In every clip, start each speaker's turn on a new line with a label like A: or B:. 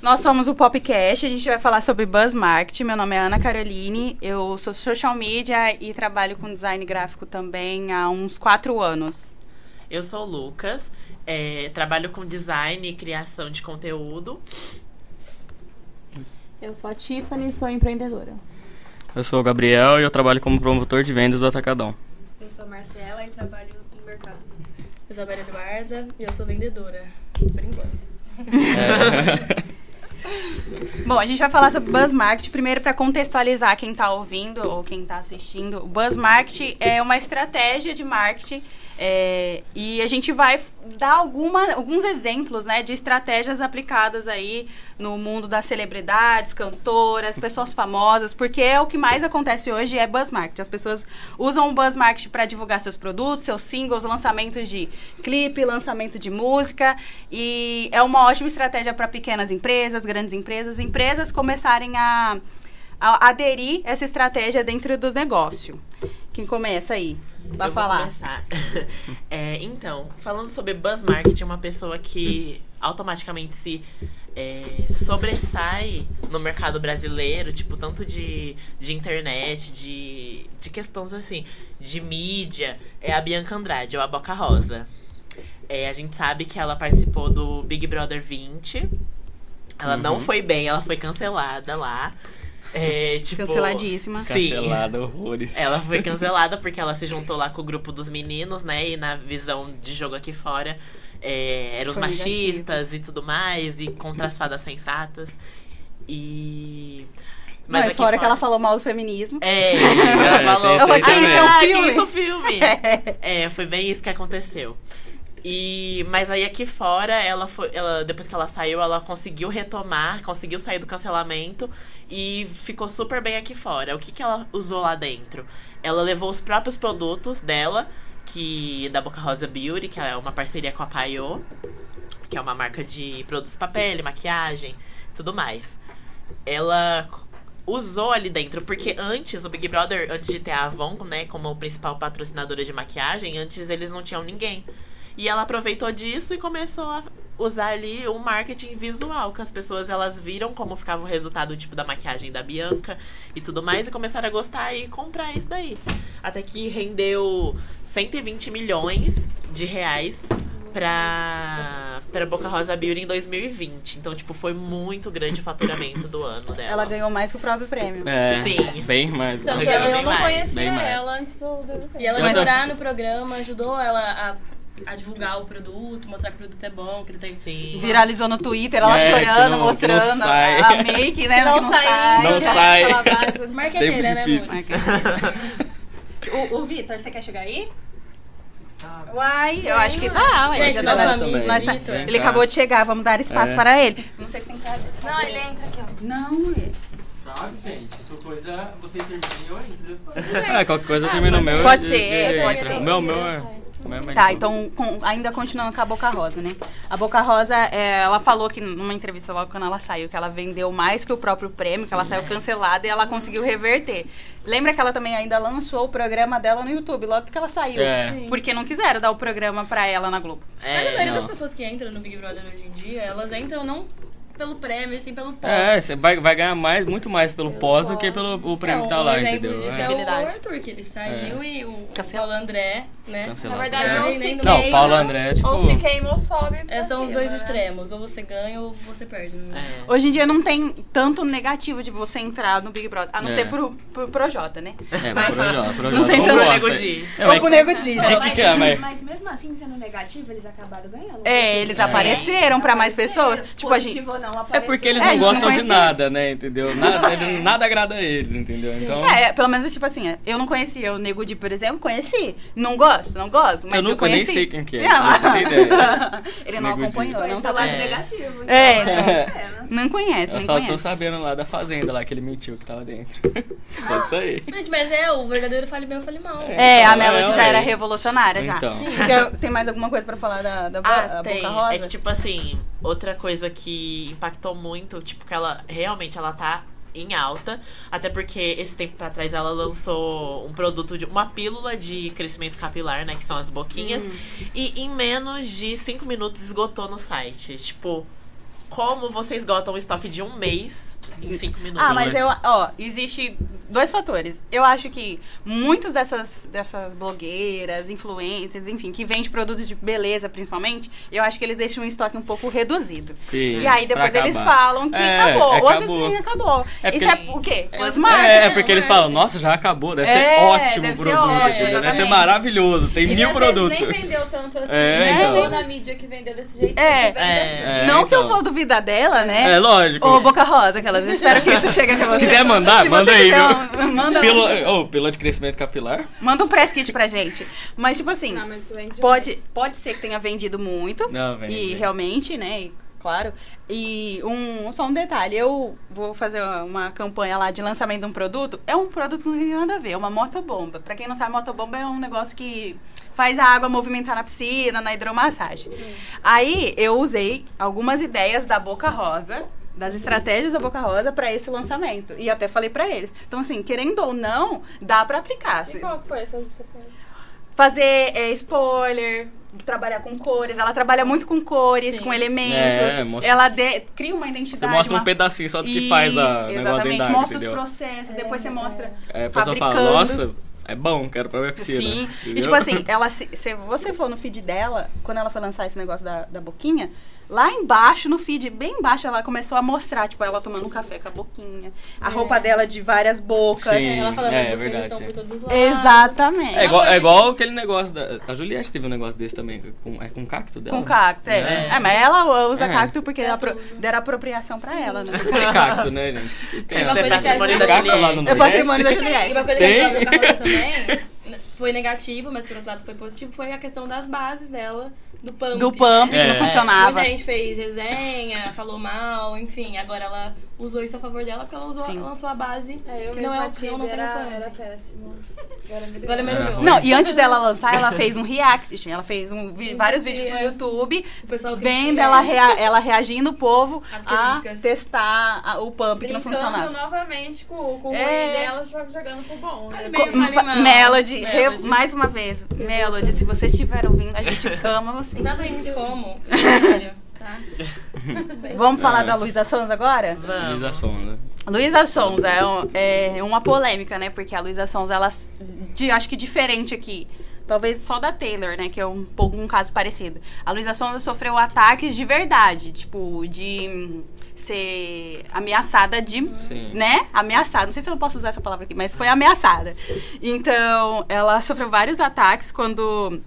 A: Nós somos o Popcast, a gente vai falar sobre Buzz Marketing. Meu nome é Ana Caroline, eu sou social media e trabalho com design gráfico também há uns quatro anos.
B: Eu sou o Lucas, é, trabalho com design e criação de conteúdo.
C: Eu sou a Tiffany, sou empreendedora.
D: Eu sou o Gabriel e eu trabalho como promotor de vendas do Atacadão.
E: Eu sou a Marcela e trabalho em mercado.
F: Eu sou a Maria Eduarda e eu sou vendedora, por enquanto.
A: Bom, a gente vai falar sobre Buzz Marketing. Primeiro, para contextualizar quem está ouvindo ou quem está assistindo, o Buzz Marketing é uma estratégia de marketing é, e a gente vai f- dar alguma, alguns exemplos né, de estratégias aplicadas aí no mundo das celebridades, cantoras, pessoas famosas, porque é o que mais acontece hoje é Buzz Marketing. As pessoas usam o Buzz Marketing para divulgar seus produtos, seus singles, lançamentos de clipe, lançamento de música e é uma ótima estratégia para pequenas empresas, grandes empresas, empresas começarem a, a aderir essa estratégia dentro do negócio. Quem começa aí? Vai
B: Eu vou
A: falar.
B: começar. É, então, falando sobre buzz marketing, uma pessoa que automaticamente se é, sobressai no mercado brasileiro, tipo, tanto de, de internet, de, de questões assim, de mídia, é a Bianca Andrade, ou a Boca Rosa. É, a gente sabe que ela participou do Big Brother 20. Ela
A: Uhum.
B: não foi bem, ela foi cancelada lá. É, tipo,
A: Canceladíssima.
B: Sim.
D: Cancelada, horrores.
B: Ela foi cancelada porque ela se juntou lá com o grupo dos meninos, né? E na visão de jogo aqui fora, é, eram os
A: Foi
B: machistas e tudo mais, e contra as fadas sensatas. E.
A: Mas
B: aqui
A: fora que ela falou mal do feminismo.
B: É,
D: Sim,
B: ela
D: é, tem
B: falou.
D: isso aí
B: "Ah,
D: também."
B: ah,
A: Isso é um
B: que
A: filme."
B: isso é um filme. é, foi bem isso que aconteceu. E, mas aí aqui fora, ela foi, ela, depois que ela saiu, ela conseguiu retomar, conseguiu sair do cancelamento e ficou super bem aqui fora. O que, que ela usou lá dentro? Ela levou os próprios produtos dela, que da Boca Rosa Beauty, que é uma parceria com a Paiô, que é uma marca de produtos pra pele, maquiagem, tudo mais. Ela c- usou ali dentro, porque antes, o Big Brother, antes de ter a Avon, né, como principal patrocinadora de maquiagem, antes eles não tinham ninguém. E ela aproveitou disso e começou a usar ali o marketing visual, que as pessoas elas viram como ficava o resultado tipo da maquiagem da Bianca e tudo mais e começaram a gostar e comprar isso daí. Até que rendeu 120 milhões de reais pra, pra Boca Rosa Beauty em 2020. Então, tipo, foi muito grande o faturamento do ano dela.
A: Ela ganhou mais que o próprio prêmio.
D: É,
B: Sim.
D: Bem mais.
C: Tanto
B: Eu
C: Então, eu,
D: né?
B: quero
C: eu
B: bem
C: não
B: mais,
C: conhecia
D: bem mais.
C: ela antes do BBB.
F: E ela
D: Mas
F: vai
D: tá-
F: entrar no programa, ajudou ela a, a divulgar o produto, mostrar que o produto é bom, que ele tem...
B: Sim.
A: Viralizou no Twitter, ela
D: É, que
A: chorando,
D: não- que não
A: mostrando
D: sai.
A: a, a make, né?
C: É, não,
A: que
C: saí.
D: Não
C: já
D: sai.
C: fala base.
D: Tempos
F: Marqueteira, né,
D: difíceis.
F: amor?
A: O, o Vitor, você quer chegar aí? Uai, eu acho que dá. ué,
F: Gente,
A: já
F: nosso
A: tá na-
F: amigo
A: nós tá-
F: Vitor.
A: Ele acabou de chegar, vamos dar espaço
D: É.
A: para ele. Não sei se tem cara.
C: Não, ele entra aqui, ó.
A: Não, ué.
G: Sabe, gente? Qualquer coisa você termina eu entro.
D: Ah, qualquer coisa eu termino o meu.
A: Pode
D: e-
A: ser,
D: e-
A: pode
D: e-
A: ser.
D: O meu, o meu é.
C: Sai.
D: o meu é mais
A: Tá,
D: de boa.
A: então, com- ainda continuando com a Boca Rosa, né? A Boca Rosa, é, ela falou que numa entrevista logo quando ela saiu, que ela vendeu mais que o próprio prêmio, que ela saiu cancelada e ela conseguiu reverter. Lembra que ela também ainda lançou o programa dela no YouTube, logo que ela saiu.
D: É.
C: Sim.
A: Porque não quiseram dar o programa pra ela na Globo.
F: Mas a
B: É,
F: maioria das
D: não.
F: pessoas que entram no Big Brother hoje em dia, elas entram não pelo prêmio, assim, pelo pós.
D: É, você vai, vai ganhar mais, muito mais pelo
C: Pelo
D: pós do
C: pós.
D: que pelo o prêmio que
F: Então,
D: tá lá,
F: um exemplo
D: entendeu?
F: disso
D: É.
F: é, o
A: Verdade.
F: Arthur, que ele saiu e o, o
A: Cancela.
F: Paulo André, né?
D: Cancelado.
C: Na verdade,
F: Não,
C: ou
F: nem-
C: se
F: nem-
D: É. Não,
C: queima,
D: Paulo André, tipo-
C: ou se queima ou sobe.
F: É,
C: pra
F: são os
C: cima,
F: dois
C: né?
F: extremos, ou você ganha ou você perde. né?
B: é.
A: Hoje em dia não tem tanto negativo de você entrar no Big Brother, a não
D: É.
A: ser pro, pro Projota, né?
D: É, mas Projota, Projota.
A: tem
D: eu
A: tanto
D: gosto.
B: Nego Di.
D: É, mas-
A: Nego Di.
D: De que que é, mas...
E: mas mesmo assim, sendo negativo, eles acabaram ganhando.
A: É, eles apareceram pra mais pessoas. Tipo, a gente.
E: Positivo ou não,
D: É
E: apareceu.
D: porque eles
A: É, a
D: não
A: gente não
D: gostam de
A: conhecia.
D: nada, né? Entendeu? Nada, ele- nada agrada a eles, entendeu? Então.
A: É, pelo menos, tipo assim, é, eu não conhecia o Nego Di, por exemplo, conheci. Não gosto, não gosto, mas eu,
D: nunca nem
A: conheci.
D: sei quem que é,
A: Não.
D: pra você ter ideia.
A: Ele não
D: Nego Di.
A: acompanhou, não
E: Conhece o
A: tava...
E: lado
B: É.
E: negativo. então,
A: É,
E: vale
A: então.
E: a pena.
A: Não conhece,
D: Eu
A: nem
D: só tô
A: conhece.
D: sabendo lá da fazenda lá que ele mentiu que tava dentro. É isso aí.
F: Gente, mas é, o verdadeiro fale bem ou fale mal.
A: É, a
D: Então,
A: Melody
D: é,
A: já
D: ué.
A: era revolucionária já.
D: Então. Sim.
A: Quer- Tem mais alguma coisa pra falar da, da bo-
B: Ah,
A: a
B: tem.
A: Boca Rosa?
B: É que, tipo assim, outra coisa que impactou muito, tipo, que ela realmente ela tá em alta. Até porque esse tempo pra trás ela lançou um produto de. uma pílula de crescimento capilar, né? Que são as
A: Hum.
B: boquinhas. E em menos de 5 minutos esgotou no site. Tipo. como vocês gotam o estoque de um mês em cinco minutos.
A: Ah, mas eu, ó, existe dois fatores. Eu acho que muitas dessas, dessas blogueiras, influencers, enfim, que vende produtos de beleza principalmente, eu acho que eles deixam o estoque um pouco reduzido.
D: Sim,
A: E aí depois
D: pra
A: eles
D: acabar.
A: falam que
D: É,
A: acabou. Ou
D: acabou.
A: assim, acabou.
D: É porque-
A: Isso é o quê?
F: É,
A: Os
D: É,
A: marketing,
D: porque
A: marketing.
D: eles falam, nossa, já acabou, deve ser
A: É,
D: ótimo o
A: deve ser
D: produto,
A: ótimo,
D: entendeu? deve ser
A: exatamente.
D: maravilhoso, tem
C: Ele
D: mil
C: às vezes
D: produtos.
C: nem vendeu tanto assim.
D: É,
C: né?
D: então.
C: Ou na mídia que vendeu desse jeito.
A: É,
C: que vende assim.
D: é,
A: Não que eu
D: então.
A: vou duvidar dela, né?
D: É, lógico.
A: Ô, Boca Rosa, aquelas. Espero que isso chegue até você.
D: Se quiser mandar,
A: Se
D: manda
A: você
D: aí,
A: quiser,
D: viu?
A: Manda,
D: Pílula, oh, pílula de crescimento capilar.
A: manda um press kit pra gente. Mas, tipo assim,
C: Não, Ah, mas vende
A: pode,
C: mais.
A: pode ser que tenha vendido muito.
D: Não, vem.
A: E
D: vem.
A: realmente, né? e claro. E um, só um detalhe, eu vou fazer uma- uma campanha lá de lançamento de um produto. É um produto que não tem nada a ver, é uma motobomba. Pra quem não sabe, motobomba é um negócio que faz a água movimentar na piscina, na hidromassagem. Aí eu usei algumas ideias da Boca Rosa, das estratégias da Boca Rosa pra esse lançamento. E até falei pra eles. Então assim, querendo ou não, dá pra aplicar.
C: E
A: Se-
C: qual que foi essas estratégias?
A: fazer é, spoiler, trabalhar com cores. Ela trabalha muito com cores,
F: Sim.
A: com elementos.
D: É, mostra-
A: Ela de- cria uma
D: Você
A: identidade.
D: mostra um
A: uma-
D: pedacinho só do que faz
A: Isso,
D: a negócio dentro
A: Exatamente.
D: da água,
A: mostra
D: entendeu?
A: os processos, depois você
C: É,
A: mostra.
D: Aí a pessoa
A: fabricando.
D: fala, nossa, é bom, quero pra minha piscina.
A: Sim. E
D: entendeu?
A: tipo assim, ela se, se você for no feed dela, quando ela foi lançar esse negócio da, da boquinha, lá embaixo, no feed, bem embaixo, ela começou a mostrar, tipo, ela tomando um café com a boquinha, a roupa dela de várias bocas.
D: Sim.
F: Ela falando
D: É,
F: as
D: é
F: boquinhas
D: verdade,
F: estão
D: é.
F: por todos os lados.
A: Exatamente.
D: É
F: Uma
D: igual,
F: coisa
D: é
F: que-
D: igual aquele negócio da. A Juliette teve um negócio desse também. Com, é com cacto dela?
A: Com cacto, é.
D: É.
A: É, mas ela usa
D: É.
A: cacto porque
F: É
A: ela pro-
F: tudo.
A: deram apropriação pra ela, né?
D: Por que cacto, né, gente? Que né? tem
F: É uma
D: a ver
B: assim.
F: coisa que a
D: com
F: gente-
D: cacto lá no
A: É
D: Nordeste?
A: patrimônio da
F: E
A: Juliette.
F: uma coisa que eu
D: Tem?
F: tava com a Rosa também, n- foi negativo, mas por outro lado foi positivo, foi a questão das bases dela, do pump.
A: Do pump,
F: né?
A: que não
D: É.
A: funcionava.
F: Muita gente fez resenha, falou mal, enfim. Agora ela usou isso a favor dela porque ela usou,
A: Sim.
F: lançou a base
C: É, eu
F: que não
C: mesma
F: é o que eu
C: tive,
F: não tenho
C: era,
F: pump.
C: era péssimo. Agora melhorou.
F: Agora melhorou.
A: Não, e antes dela lançar, ela fez um react. Ela fez um vi- vários vídeos no
F: É.
A: YouTube,
F: O pessoal assim,
A: vendo
F: critica
A: ela,
F: isso.
A: rea- ela reagindo o povo
F: As
A: a
F: críticas. né?
A: testar a- o pump que não
C: Brincando
A: funcionava.
C: novamente com, o- com o
A: É.
C: ruim dela, jo- jogando pro bom. né?
F: Tudo
A: Co-
F: bem, eu falei
A: fa-
F: mal.
A: Melody, re-
F: Melody.
A: mais uma vez, Melody, se você estiver ouvindo, a gente ama você.
F: Nada a gente Tá como. Sério, tá?
A: Vamos falar
D: É.
A: da Luísa Sons agora?
D: Luísa Sonda.
A: Luísa Sonza é, um- é uma polêmica, né? Porque a Luísa Sonza, ela. s- de- acho que diferente aqui. Talvez só da Taylor, né? Que é um pouco um caso parecido. A Luísa Sonza sofreu ataques de verdade. Tipo, de hum, ser ameaçada de.
D: Sim.
A: Né? Ameaçada. Não sei se eu posso usar essa palavra aqui, mas foi ameaçada. Então, ela sofreu vários ataques quando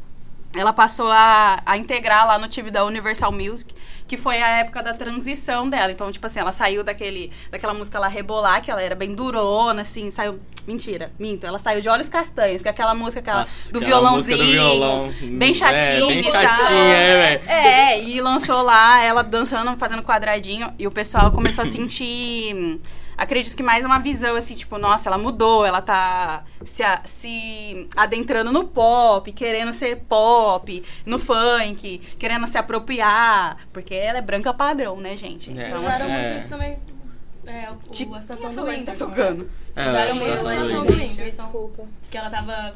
A: ela passou a, a integrar lá no time da Universal Music, que foi a época da transição dela. Então, tipo assim, ela saiu daquele, daquela música lá Rebolar, que ela era bem durona, assim, saiu. Mentira, minto. Ela saiu de Olhos Castanhos, que é aquela música aquela,
D: Nossa,
A: do
D: aquela música
A: violãozinho.
D: do violão.
A: Bem tá? chatinha.
D: É, bem
A: e tal.
D: chatinha, é, velho.
A: É, e lançou lá ela dançando, fazendo quadradinho, e o pessoal começou a sentir. hum, Acredito que mais uma visão, assim, tipo, nossa, ela mudou, ela tá se, a- se adentrando no pop, querendo ser pop, no funk, querendo se apropriar, porque ela é branca padrão, né, gente?
D: É.
A: Então, assim,
F: Usaram muito
D: é.
F: isso também. É, o,
A: de-
F: o, a
A: quem
F: situação
A: é
F: do
A: essa mulher que
F: Whindersson.
A: tá
F: né?
A: tocando.
D: É,
F: Usaram
D: acho que
F: muito
D: tá
F: essa
D: doido.
F: situação então. do
C: Gente,
F: Whindersson.
C: Desculpa.
F: Que ela tava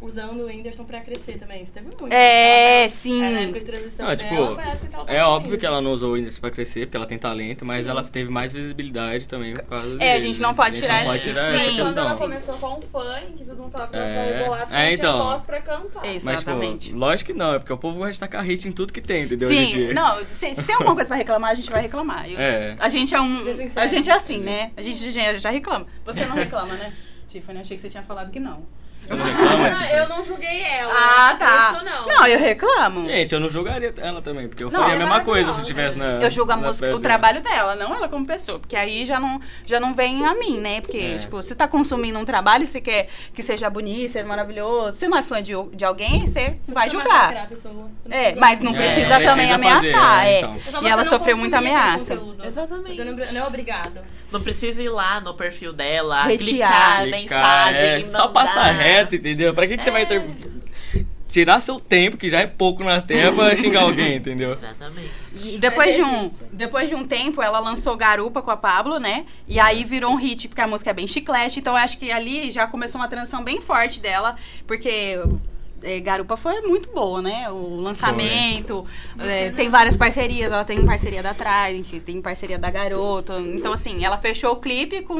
F: usando o Whindersson pra crescer também. Isso teve muito.
A: É,
F: Ela- Era a época
A: sim.
F: de transição
D: Não,
F: dela,
D: tipo,
F: foi a época que ela tava
D: É óbvio
F: bem.
D: que ela não usou o índice pra crescer, porque ela tem talento, mas ela teve mais visibilidade também por causa
A: É, a
D: deles,
A: gente
D: né?
A: não pode
D: A gente
A: tirar
D: não pode
A: esse-
D: tirar
A: sim.
D: essa
C: quando ela
D: questão.
C: começou com o funk, todo mundo falava que ela só
D: É.
C: ia rebolar, porque
D: É,
C: não
D: então.
C: tinha voz pra cantar.
A: Isso.
D: Mas, pô,
A: Exatamente.
D: lógico que não, é porque o povo vai destacar hit em tudo que tem, entendeu? hoje em
A: Sim,
D: dia.
A: não, se, se tem alguma coisa pra reclamar, a gente vai reclamar. Eu-
D: É.
A: A gente é um.
F: Desincero.
A: A gente é assim, né? A gente já, já reclama. Você não reclama, né? Tiffany, achei que você tinha falado que não.
D: Você não reclama?
C: Ah,
D: tipo?
C: eu não julguei ela. Isso não.
A: Não, eu reclamo.
D: Gente, eu não julgaria ela também, porque eu
A: Não,
D: faria a
A: é
D: mesma coisa se
C: maravilhosa.
D: tivesse na.
A: Eu julgo a
D: na
A: música,
D: pele
A: o
D: dela.
A: trabalho dela, não ela como pessoa. Porque aí já não, já não vem a mim, né? Porque,
D: É.
A: tipo, você tá consumindo um trabalho, você quer que seja bonito, seja maravilhoso. Você não é fã de, de alguém, você
F: Você
A: vai
F: precisa
A: julgar.
F: massacrar a pessoa.
A: É, mas não
D: É,
A: precisa
D: não precisa
A: também
D: fazer,
A: ameaçar.
D: é,
A: é.
D: então.
F: É só
A: E
F: você
A: ela
F: não
A: sofreu muita
F: consumir aquele
A: ameaça.
F: conteúdo.
B: Exatamente.
F: Você não, não é obrigado.
B: Não precisa ir lá no perfil dela,
A: Retear.
B: clicar,
D: Ficar,
B: mensagem.
D: é,
B: mandar.
D: só passar reto, entendeu? Pra que, que você vai ter. Tirar seu tempo, que já é pouco na terra, pra xingar alguém, entendeu?
B: Exatamente.
A: Depois
C: Mas
A: de, um,
C: existe.
A: depois de um tempo, ela lançou Garupa com a Pablo, né? E aí virou um hit, porque a música é bem chiclete. Então eu acho que ali já começou uma transição bem forte dela, porque é, Garupa foi muito boa, né? O lançamento, é, tem várias parcerias. Ela tem parceria da Trident, tem parceria da Garota. Então, assim, ela fechou o clipe com,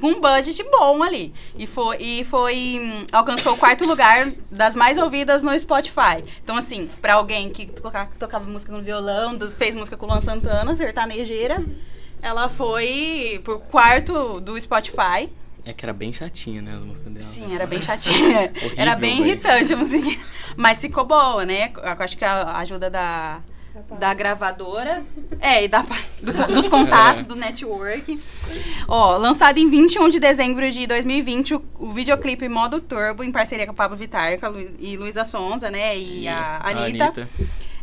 A: com um budget bom ali. E foi, e foi hum, alcançou o quarto lugar das mais ouvidas no Spotify. Então, assim, pra alguém que toca- tocava música no violão, do- fez música com o Luan Santana, sertanejeira, ela foi pro quarto do Spotify.
D: É que era bem chatinha, né? As músicas dela.
A: Sim, era bem chatinha. era bem
D: velho.
A: irritante a musiquinha. Mas ficou boa, né? Eu acho que a ajuda da, da gravadora. É, e da, pa- do- dos contatos,
D: É.
A: do network. Ó, lançado em 21 de dezembro de 2020, o, o videoclipe Modo Turbo, em parceria com o Pablo Vittar com a Lu- e Luísa Sonza, né? E, a Anitta.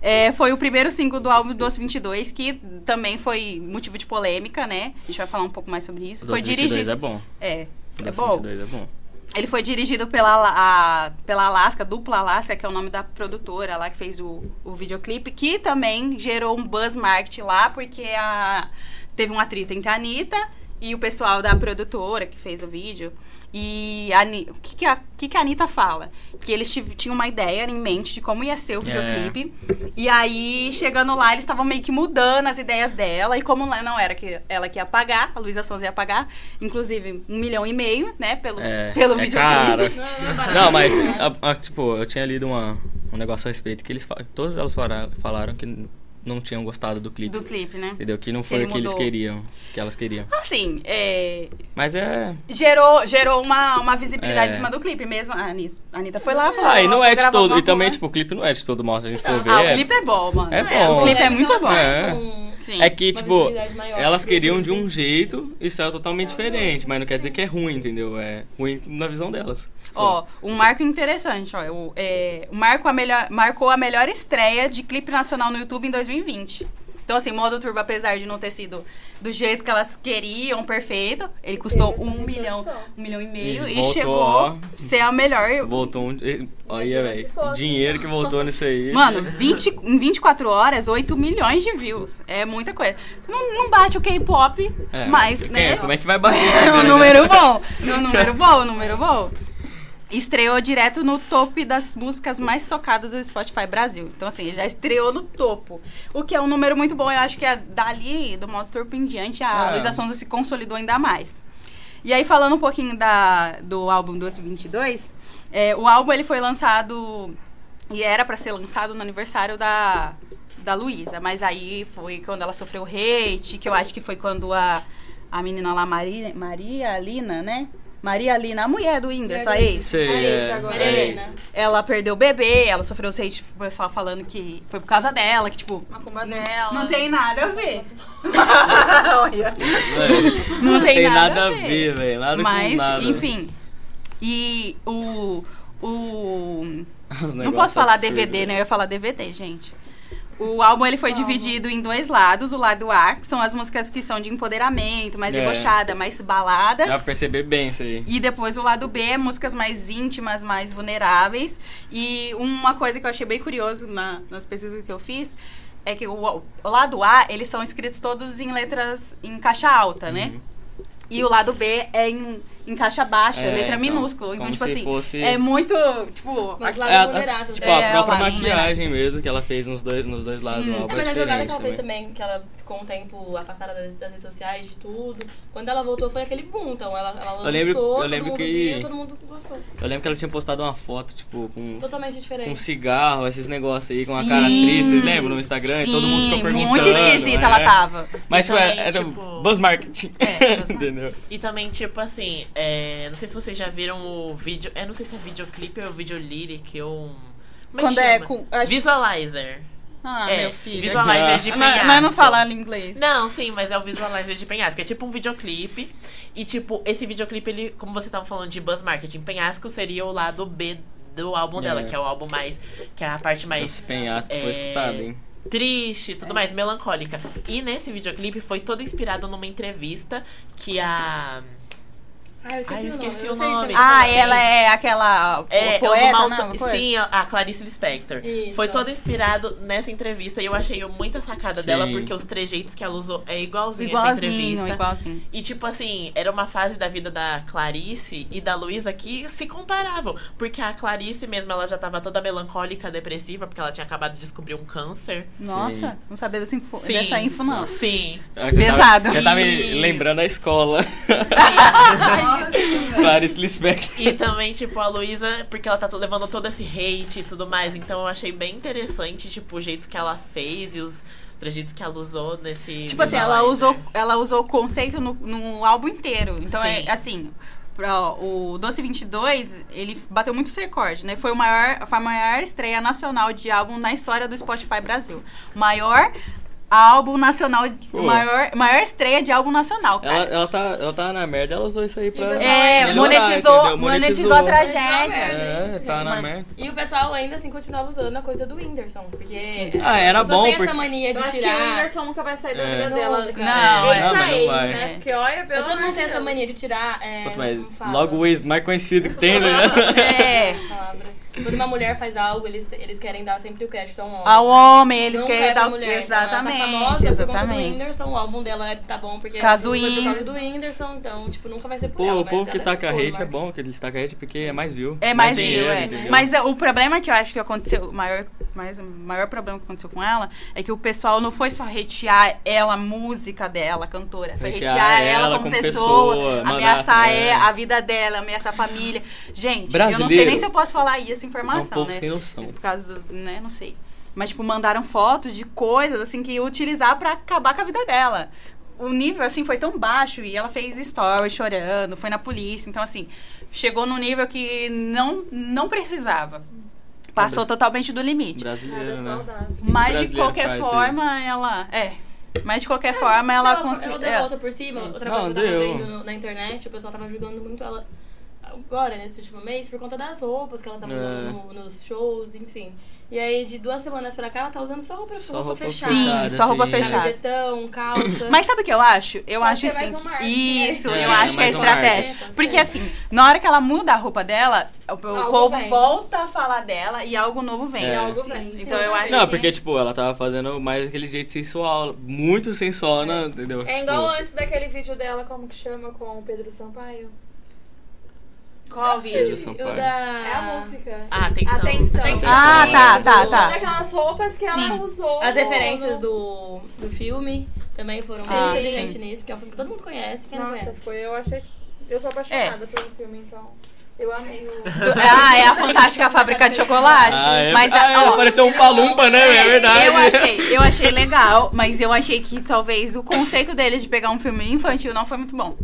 A: É, foi o primeiro single do álbum Doce 22, que também foi motivo de polêmica, né? A gente vai falar um pouco mais sobre isso.
D: Foi
A: foi
D: 22
A: dirigido.
D: é bom.
A: É, é
D: Doce
A: bom.
D: 22 é bom.
A: Ele foi dirigido pela, La- a, pela Alaska, Dupla Alaska, que é o nome da produtora lá que fez o, o videoclipe, que também gerou um buzz marketing lá, porque a, teve um atrito entre a Anitta e o pessoal da produtora que fez o vídeo. E a Ani- o que, que, a, o que, que a Anitta fala? Que eles tiv- tinham uma ideia em mente de como ia ser o videoclipe. E aí, chegando lá, eles estavam meio que mudando as ideias dela. E como lá não era que ela que ia pagar, a Luísa Sonza ia pagar, inclusive, um milhão e meio, né? Pelo,
D: É,
A: pelo
D: é
A: videoclipe.
D: caro.
F: Não, não é barato.
D: Não, mas, a- a- tipo, eu tinha lido uma, um negócio a respeito que eles fa- todas elas falaram, falaram que n- não tinham gostado do clipe.
A: Do clipe, né?
D: Entendeu? Que não foi
A: Ele
D: o que eles
A: mudou.
D: queriam, que elas queriam.
A: Assim, é,
D: Mas é.
A: gerou, gerou uma, uma visibilidade
D: É.
A: em cima do clipe mesmo. A Anitta, a Anitta foi lá falou,
D: Ah, e
A: "Ó,
D: não
A: vou
D: é de
A: gravar
D: todo.
A: uma
D: E também,
A: coisa".
D: tipo, o clipe não é de todo mal, se a gente for ver.
A: Ah,
D: é-
A: o clipe é bom, mano.
D: é
A: o
D: bom.
A: clipe é
F: Ela
A: muito bom.
D: É.
F: faz um-
A: Sim.
D: É que,
F: Uma
D: tipo,
F: visibilidade maior. É,
D: elas queriam de um jeito e saiu totalmente diferente. Mas não quer dizer que é ruim, entendeu? É ruim na visão delas. Só.
A: Ó, um marco interessante, ó. O, é, o marco a melhor, marcou a melhor estreia de clipe nacional no YouTube em 2020. Então, assim, Modo Turbo, apesar de não ter sido do jeito que elas queriam, perfeito, ele custou
C: essa
A: um milhão,
C: repercussão.
A: um milhão e meio
D: E
A: e,
D: voltou,
A: chegou
D: ó.
A: a ser a melhor.
D: Voltou um. e- Olha,
C: Imagina se
D: velho.
C: fosse.
D: Dinheiro que voltou nisso aí.
A: Mano, 20, em 24 horas, 8 milhões de views. É muita coisa. Não, não bate o K-pop,
D: É,
A: mas,
D: quem-
A: né?
D: Como é que vai bater?
A: É um número bom. Um número bom, um número bom. Estreou direto no top das músicas mais tocadas do Spotify Brasil. Então, assim, já estreou no topo. O que é um número muito bom. Eu acho que é dali, do modo turbo em diante, a
D: É.
A: Luísa Sonza se consolidou ainda mais. E aí, falando um pouquinho da, do álbum Doce 22, é, o álbum ele foi lançado e era pra ser lançado no aniversário da, da Luísa. Mas aí foi quando ela sofreu hate, que eu acho que foi quando a, a menina lá, Maria, Maria Lina, né? Maria Lina, a mulher do Whindersson, a ex.
D: Sei, é,
C: agora,
D: é
F: né?
D: isso.
A: Ela perdeu o bebê, ela sofreu os hate, tipo, o pessoal falando que foi por causa dela, que tipo.
C: Macumba dela.
A: Não tem nada a ver.
D: Véi,
A: Não tem,
D: nada, a ver, velho. Nada
A: Mas,
D: com nada.
A: enfim. E o. O.
D: Os
A: Não
D: negócios
A: posso falar
D: absurdos,
A: DVD, né? Eu
D: velho.
A: ia falar DVD, gente. O álbum ele foi dividido em dois lados. O lado A, que são as músicas que são de empoderamento, mais
D: É.
A: debochada, mais balada.
D: Dá pra perceber bem isso aí.
A: E depois o lado B, músicas mais íntimas, mais vulneráveis. E uma coisa que eu achei bem curioso na- nas pesquisas que eu fiz é que o, o lado A, eles são escritos todos em letras em caixa alta, né? E o lado B é em, em caixa baixa,
D: Uhum. É,
A: letra
D: então,
A: minúscula. Então,
D: como
A: tipo
D: se
A: assim,
D: fosse-
A: é muito, tipo...
F: Mas
D: É,
F: lado
D: a-
F: vulnerável. né?
D: tipo,
A: É,
D: a própria
A: o lado
D: maquiagem mesmo que ela fez nos dois, nos dois lados.
A: Sim.
D: do álbum
F: É, mas a
D: diferente
F: jogada que ela fez
D: também.
F: também, que ela ficou um tempo afastada das, das redes sociais, de tudo. Quando ela voltou foi aquele boom, então ela, ela lançou,
D: Eu lembro- eu
F: todo
D: lembro
F: mundo
D: que-
F: viu, todo mundo gostou.
D: Eu lembro que ela tinha postado uma foto, tipo, com,
F: Totalmente
D: com um
F: diferente.
D: cigarro, esses negócios aí, com a
A: Sim.
D: cara triste, vocês lembram? No Instagram, e todo mundo ficou
A: Sim,
D: perguntando.
A: Muito esquisita
D: é.
A: ela tava.
D: Mas, tipo,
B: Também,
D: era
B: tipo-
D: buzz marketing.
A: É, buzz
D: Entendeu?
B: E também, tipo assim, é, não sei se vocês já viram o vídeo. Eu não sei se é videoclipe ou videolyric ou um. Como que
A: Quando é
B: chama?
A: com- acho-
B: Visualizer.
A: Ah,
B: é,
A: meu filho.
B: Visualizer
D: Ah.
B: de penhasco.
A: Mas mas não fala
D: então.
A: inglês.
B: Não, sim, mas é o Visualizer de Penhasco. É tipo um videoclipe. E, tipo, esse videoclipe, ele, como você tava falando de buzz marketing, Penhasco seria o lado B do álbum dela,
D: É.
B: que é o álbum mais. que é a parte
D: Esse
B: mais
D: penhasco
B: É.
D: foi escutado, hein?
B: triste e tudo
F: É.
B: mais, melancólica. E nesse videoclipe foi todo inspirado numa entrevista que a.
F: Ah, eu esqueci,
B: Ai, eu esqueci
F: o
B: o
F: nome. eu não sei
B: nome.
F: de
A: Ah,
B: Sim.
A: ela é aquela
B: assim, É,
A: po- poeta,
B: uma
A: né?
B: auto-
A: Alguma coisa?
B: Sim, a a Clarice Lispector.
F: Isso.
B: Foi todo inspirado nessa entrevista e eu achei muita sacada
D: Sim.
B: dela, porque os trejeitos que ela usou é igualzinho, essa
A: Igualzinho,
B: entrevista.
A: igualzinho.
B: E tipo assim, era uma fase da vida da Clarice e da Luísa que se comparavam. Porque a Clarice mesmo, ela já tava toda melancólica, depressiva, porque ela tinha acabado de descobrir um câncer.
A: Nossa, não sabia dessa info,
B: Sim.
A: dessa info não.
B: Sim.
D: Ah, você
A: Pesado.
D: Tava, já tá me
B: Sim.
D: lembrando a escola. Clarice Lispector.
B: E também, tipo, a Luísa, porque ela tá to- levando todo esse hate e tudo mais. Então eu achei bem interessante, tipo, o jeito que ela fez e os trejeitos que ela usou nesse.
A: Tipo assim, ela
B: visualizer.
A: usou, ela usou o conceito no, no álbum inteiro. Então
B: Sim.
A: é assim. pra- o Doce 22, ele bateu muitos recordes, né? Foi, o maior, foi a maior estreia nacional de álbum na história do Spotify Brasil. Maior álbum nacional,
D: Pô.
A: maior, maior estreia de álbum nacional, cara.
D: Ela, ela, tá, ela tá na merda, ela usou isso aí pra.
F: pessoal-
A: É,
D: Melhorar,
A: monetizou,
D: entendeu?
A: monetizou a
F: Monetizou
A: tragédia.
F: a
D: É, tá na
F: Mano,
D: merda.
F: E o pessoal ainda assim continuava usando a coisa do Whindersson. Porque.
D: Ah, era
F: as pessoas
D: bom,
F: têm
D: porque-
F: essa mania
C: Eu
F: de
C: acho que o
F: tirar.
C: Whindersson nunca vai sair da
D: É.
C: vida
F: Não,
C: dela.
F: cara.
A: Não,
C: Eita
D: mas não é-
C: ex,
D: vai.
C: né? Porque olha, pelo
F: As pessoas não
C: amor
F: têm
C: de
F: essa
C: Deus.
F: mania de tirar. É,
D: Quanto mais,
F: como fala?
D: logo o ex mais conhecido que tem, né?
A: É.
F: Palavra. Quando uma mulher faz algo, eles, eles querem dar sempre o crédito a um homem.
A: Ao homem, eles
F: Não
A: querem
F: querem
A: dar.
F: a mulher.
A: Exatamente.
F: Então, ela tá famosa Por conta do
A: exatamente.
F: Whindersson, o álbum dela é- tá bom porque
A: Por causa do
F: foi por causa do
A: Whindersson.
F: Whindersson, então, tipo, nunca vai ser por
D: Pô,
F: ela.
D: o
F: mas
D: povo que
F: ela
D: taca
F: ficou no
D: hate é
F: marketing.
D: bom que eles tacam hate porque é mais view.
A: É mais view,
D: dinheiro,
A: é.
D: entendeu?
A: Mas é, o problema que eu acho que aconteceu, o maior, mas o maior problema que aconteceu com ela é que o pessoal não foi só retear ela, a música dela, a cantora. Foi
D: Hatear
A: retear, ela, como, pessoa,
D: mandar-
A: ameaçar
D: é.
A: é, a vida dela, ameaçar a família. Gente, eu não sei
D: Brasileiro.
A: nem se eu posso falar aí essa
D: é um
A: informação,
D: povo
A: né?
D: sem noção.
A: Por causa do, né, não sei. Mas, tipo, mandaram fotos de coisas, assim, que ia utilizar pra acabar com a vida dela. O nível, assim, foi tão baixo e ela fez stories chorando, foi na polícia. Então, assim, chegou num nível que não, não precisava. Passou totalmente do limite.
C: Nada
D: Brasileiro, né?
C: saudável.
A: Mas, de
D: brasileiro
A: qualquer
D: faz isso
A: forma, ela... É. Mas, de qualquer forma, ela
F: Não,
A: conseguiu... é.
F: Ela deu a volta por cima. Outra
D: Não,
F: coisa que eu tava
D: deu.
F: vendo no- na internet, o pessoal tava julgando muito ela agora, nesse último mês, por conta das roupas que ela tava
D: É.
F: usando no- nos shows, enfim. E aí, de duas semanas pra cá, ela tá usando só roupa,
D: Só
F: roupa,
D: roupa
F: fechada.
A: Sim,
D: Fechada,
A: só roupa
D: assim.
A: fechada.
F: Camisetão, calça.
A: Mas sabe o que eu acho? Eu
C: Pode
A: acho
C: ser
A: assim.
C: mais um marketing, né?
A: isso,
D: É,
A: eu acho que é
D: mais um marketing.
A: estratégia. Porque assim, na hora que ela muda a roupa dela, o, o
C: Algo
A: povo
C: vem.
A: volta a falar dela e algo novo vem.
D: É.
C: Algo vem.
A: Então eu acho
D: Não,
A: que
D: porque, tipo, ela tava fazendo mais aquele jeito sensual, muito sensual, né? Entendeu?
C: É
D: Tipo,
C: igual antes daquele vídeo dela, como que chama, com o Pedro Sampaio.
A: qual
D: Pedro
A: vídeo?
F: Eu
D: Sampaio.
F: da...
C: É a música.
B: Ah, atenção.
C: Atenção.
F: Atenção.
A: Ah, tá, tá,
C: São
A: tá.
C: daquelas roupas que
A: Sim.
C: ela usou.
F: As
C: no-
F: referências
C: no-
F: do, do filme também foram
A: Sim.
F: muito
A: Ah,
F: inteligentes
A: sim.
F: nisso, porque é um filme que todo mundo conhece, quem não
C: Nossa,
F: conhece.
C: foi, eu achei. Eu sou apaixonada pelo filme, então. Eu amei o.
A: Do- Ah, é a Fantástica Fábrica de Chocolate.
D: Ah, é,
A: Mas
D: ah,
A: a-
D: ela
A: ó,
D: pareceu um palumpa, né? É verdade.
A: Eu achei, eu achei legal, mas eu achei que talvez o conceito dele de pegar um filme infantil não foi muito bom.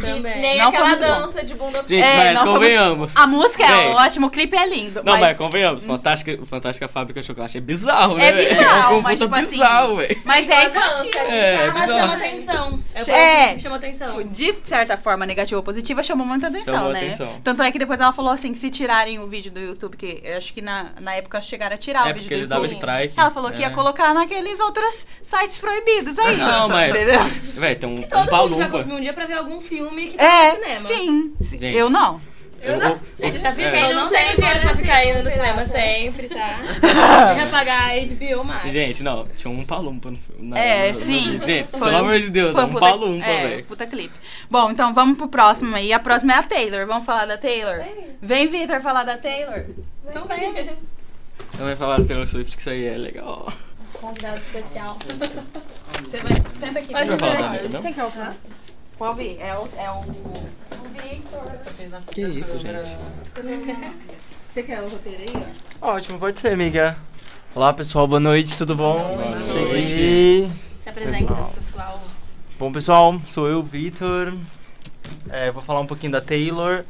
F: Também.
C: Nem
A: Não foi
C: aquela
A: muito bom.
C: dança de bunda
D: Gente,
A: É,
D: mas
A: não, foi
D: convenhamos.
A: A música é
D: Véi.
A: ótima, o clipe é lindo.
D: Não, mas,
A: mas
D: convenhamos, Fantástica, Fantástica Fábrica de Chocolate é bizarro, né?
A: É
D: velho?
A: bizarro,
D: é um
A: mas,
D: puta
A: tipo assim,
D: bizarro, velho.
A: Mas é infantil.
C: dança.
D: É,
F: Mas chama
D: bizarro.
F: atenção. É, o
A: É.
F: filme que chama atenção.
A: de certa forma, negativa ou positiva, chamou muita atenção,
D: Chamou
A: né?
D: atenção.
A: Tanto é que depois ela falou assim: que se tirarem o vídeo do YouTube, que eu acho que na, na época chegaram a tirar
D: É
A: Ah, o vídeo
D: porque
A: do
D: ele
A: YouTube.
D: dava strike.
A: Ela falou que ia
D: é.
A: colocar naqueles outros sites proibidos aí.
D: Não, mas.
A: Entendeu?
D: Velho, tem um,
F: Que
D: um
F: todo mundo já
D: palumpa.
F: consumiu um dia pra ver algum filme que tá no
A: É,
F: cinema.
A: sim. sim.
D: Gente.
A: Eu não.
D: Eu, eu,
F: Gente, eu já vi
D: É.
F: que eu não tenho dinheiro pra ficar indo no cinema sempre, tá? Eu ia pagar HBO Max.
D: Gente, não, tinha um palumpa no filme. na-
A: né? É,
D: no- no-
A: sim.
D: Gente,
A: Foi
D: pelo
A: um-
D: amor de Deus, é um
A: puta-
D: palumpa,
A: é,
D: velho.
A: puta clipe. Bom, então vamos pro próximo aí. A próxima é a Taylor. Vamos falar da Taylor? Vem, Vitor, falar da Taylor.
F: Então vem.
D: Não vai falar do Taylor Swift que isso aí é legal.
C: Convidado especial.
A: Você vai. Senta aqui.
D: Vai falar da Anitta mesmo?
A: Pode vir. É o. É o...
D: Que isso, gente?
A: Você quer o roteiro aí? ó?
H: Ótimo, pode ser, amiga. Olá, pessoal, boa noite, tudo bom?
D: Boa noite.
H: Cheguei.
F: Se apresenta
H: Legal.
F: pro pessoal.
H: Bom, pessoal, sou eu, Vitor. É, vou falar um pouquinho da Taylor.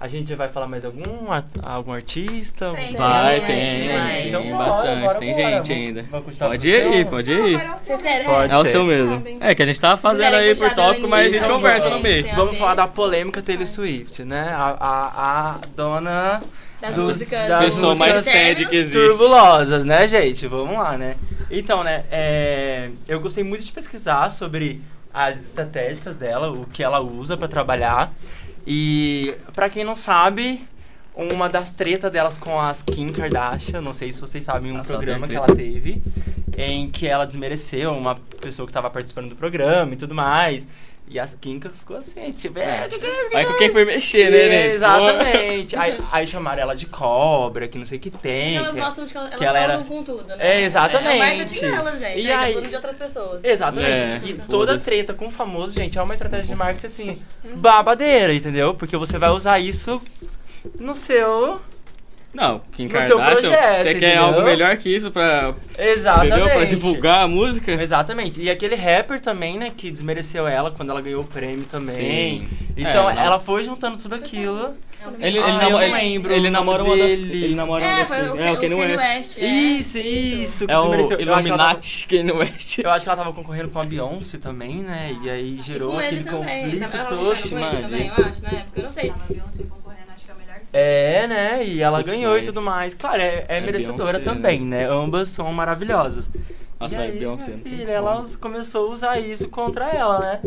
H: A gente vai falar mais algum, ar- algum artista?
C: Tem,
D: Vai,
C: Vai,
D: tem,
F: vai.
D: tem,
H: Então, bora,
D: bastante,
H: bora,
D: tem
H: bora.
D: gente
H: Vamos-
D: ainda.
H: vamos continuar
D: Pode
H: com o
D: ir,
H: show?
D: pode ir.
F: Vocês querem?
H: Pode
D: É o
H: ser.
D: seu mesmo.
C: Sabem.
D: É que a gente tava fazendo
F: Quiserem
D: aí por
F: puxar da
D: tópico, mas a gente
H: Anitta,
D: conversa no
H: gente.
D: meio.
F: Tem a
H: Vamos
F: ver.
H: falar da polêmica Taylor Swift, né? A, a, a dona
F: Das
H: Dos-
F: músicas.
H: das
D: Pessoa
H: músicas
D: mais
F: sérias.
D: sad que existe.
H: turbulosas, né, gente? Vamos lá, né? Então, né, é, eu gostei muito de pesquisar sobre as estratégicas dela, o que ela usa pra trabalhar. E pra quem não sabe, uma das tretas delas com as Kim Kardashian, não sei se vocês sabem, um
D: Nossa, ela
H: programa que
D: teve
H: ela teve, em que ela desmereceu uma pessoa que tava participando do programa e tudo mais. E as Kinka ficou assim, tipo, é, que que é,
D: Aí com quem foi mexer, né,
H: é,
D: né? Tipo,
H: Exatamente. aí, aí chamaram ela de cobra, que não sei o que tem.
F: Porque elas
H: que-
F: gostam de que elas,
H: que
F: elas
H: ela era-
F: causam com tudo, né?
H: É, exatamente.
F: É o marketing delas, gente.
H: E
F: E aí, tá
H: aí-
F: falando de outras pessoas.
H: Exatamente.
D: É,
H: E toda
D: foda-se. Uhum.
H: treta com o famoso, gente, é uma estratégia de marketing assim, babadeira, entendeu? Porque você vai usar isso no seu.
D: Não, Kim
H: No seu
D: Kardashian,
H: projeto,
D: você quer
H: entendeu?
D: algo melhor que isso pra,
H: Exatamente.
D: entendeu? pra divulgar a música?
H: Exatamente. E aquele rapper também, né, que desmereceu ela quando ela ganhou o prêmio também.
D: Sim.
H: Então
D: É, não.
H: ela foi juntando tudo aquilo.
D: Ele, ele,
H: Ah, eu
D: namo-
H: não
D: ele-
H: lembro
D: ele
H: o
D: namora
H: nome
D: uma das...
H: dele.
D: Ele namora uma
F: É,
D: das...
F: foi o,
D: é,
F: o Kanye West. é.
H: Isso, isso, que
D: É o
H: desmereceu. Eu acho que ela tava-
D: Illuminati Kanye West.
H: Eu acho que ela tava concorrendo com a Beyoncé também, né? E aí
F: E
H: gerou
F: com ele
H: aquele
F: também.
H: conflito
F: Tá- Ela não
H: todo.
F: com ele
D: mano.
F: também, eu acho, na época. Eu não sei.
E: Tava Beyoncé concorrendo, acho que é o melhor.
H: É, né? E ela
D: Putz,
H: ganhou e
D: mas-
H: tudo mais. Claro, é, é
D: É
H: merecedora
D: Beyoncé,
H: também, né? Ambas são maravilhosas.
D: Nossa,
H: E
D: vai,
H: aí,
D: Beyoncé.
H: minha
D: não tem
H: filha,
D: como.
H: ela é us- começou a usar isso contra ela, né?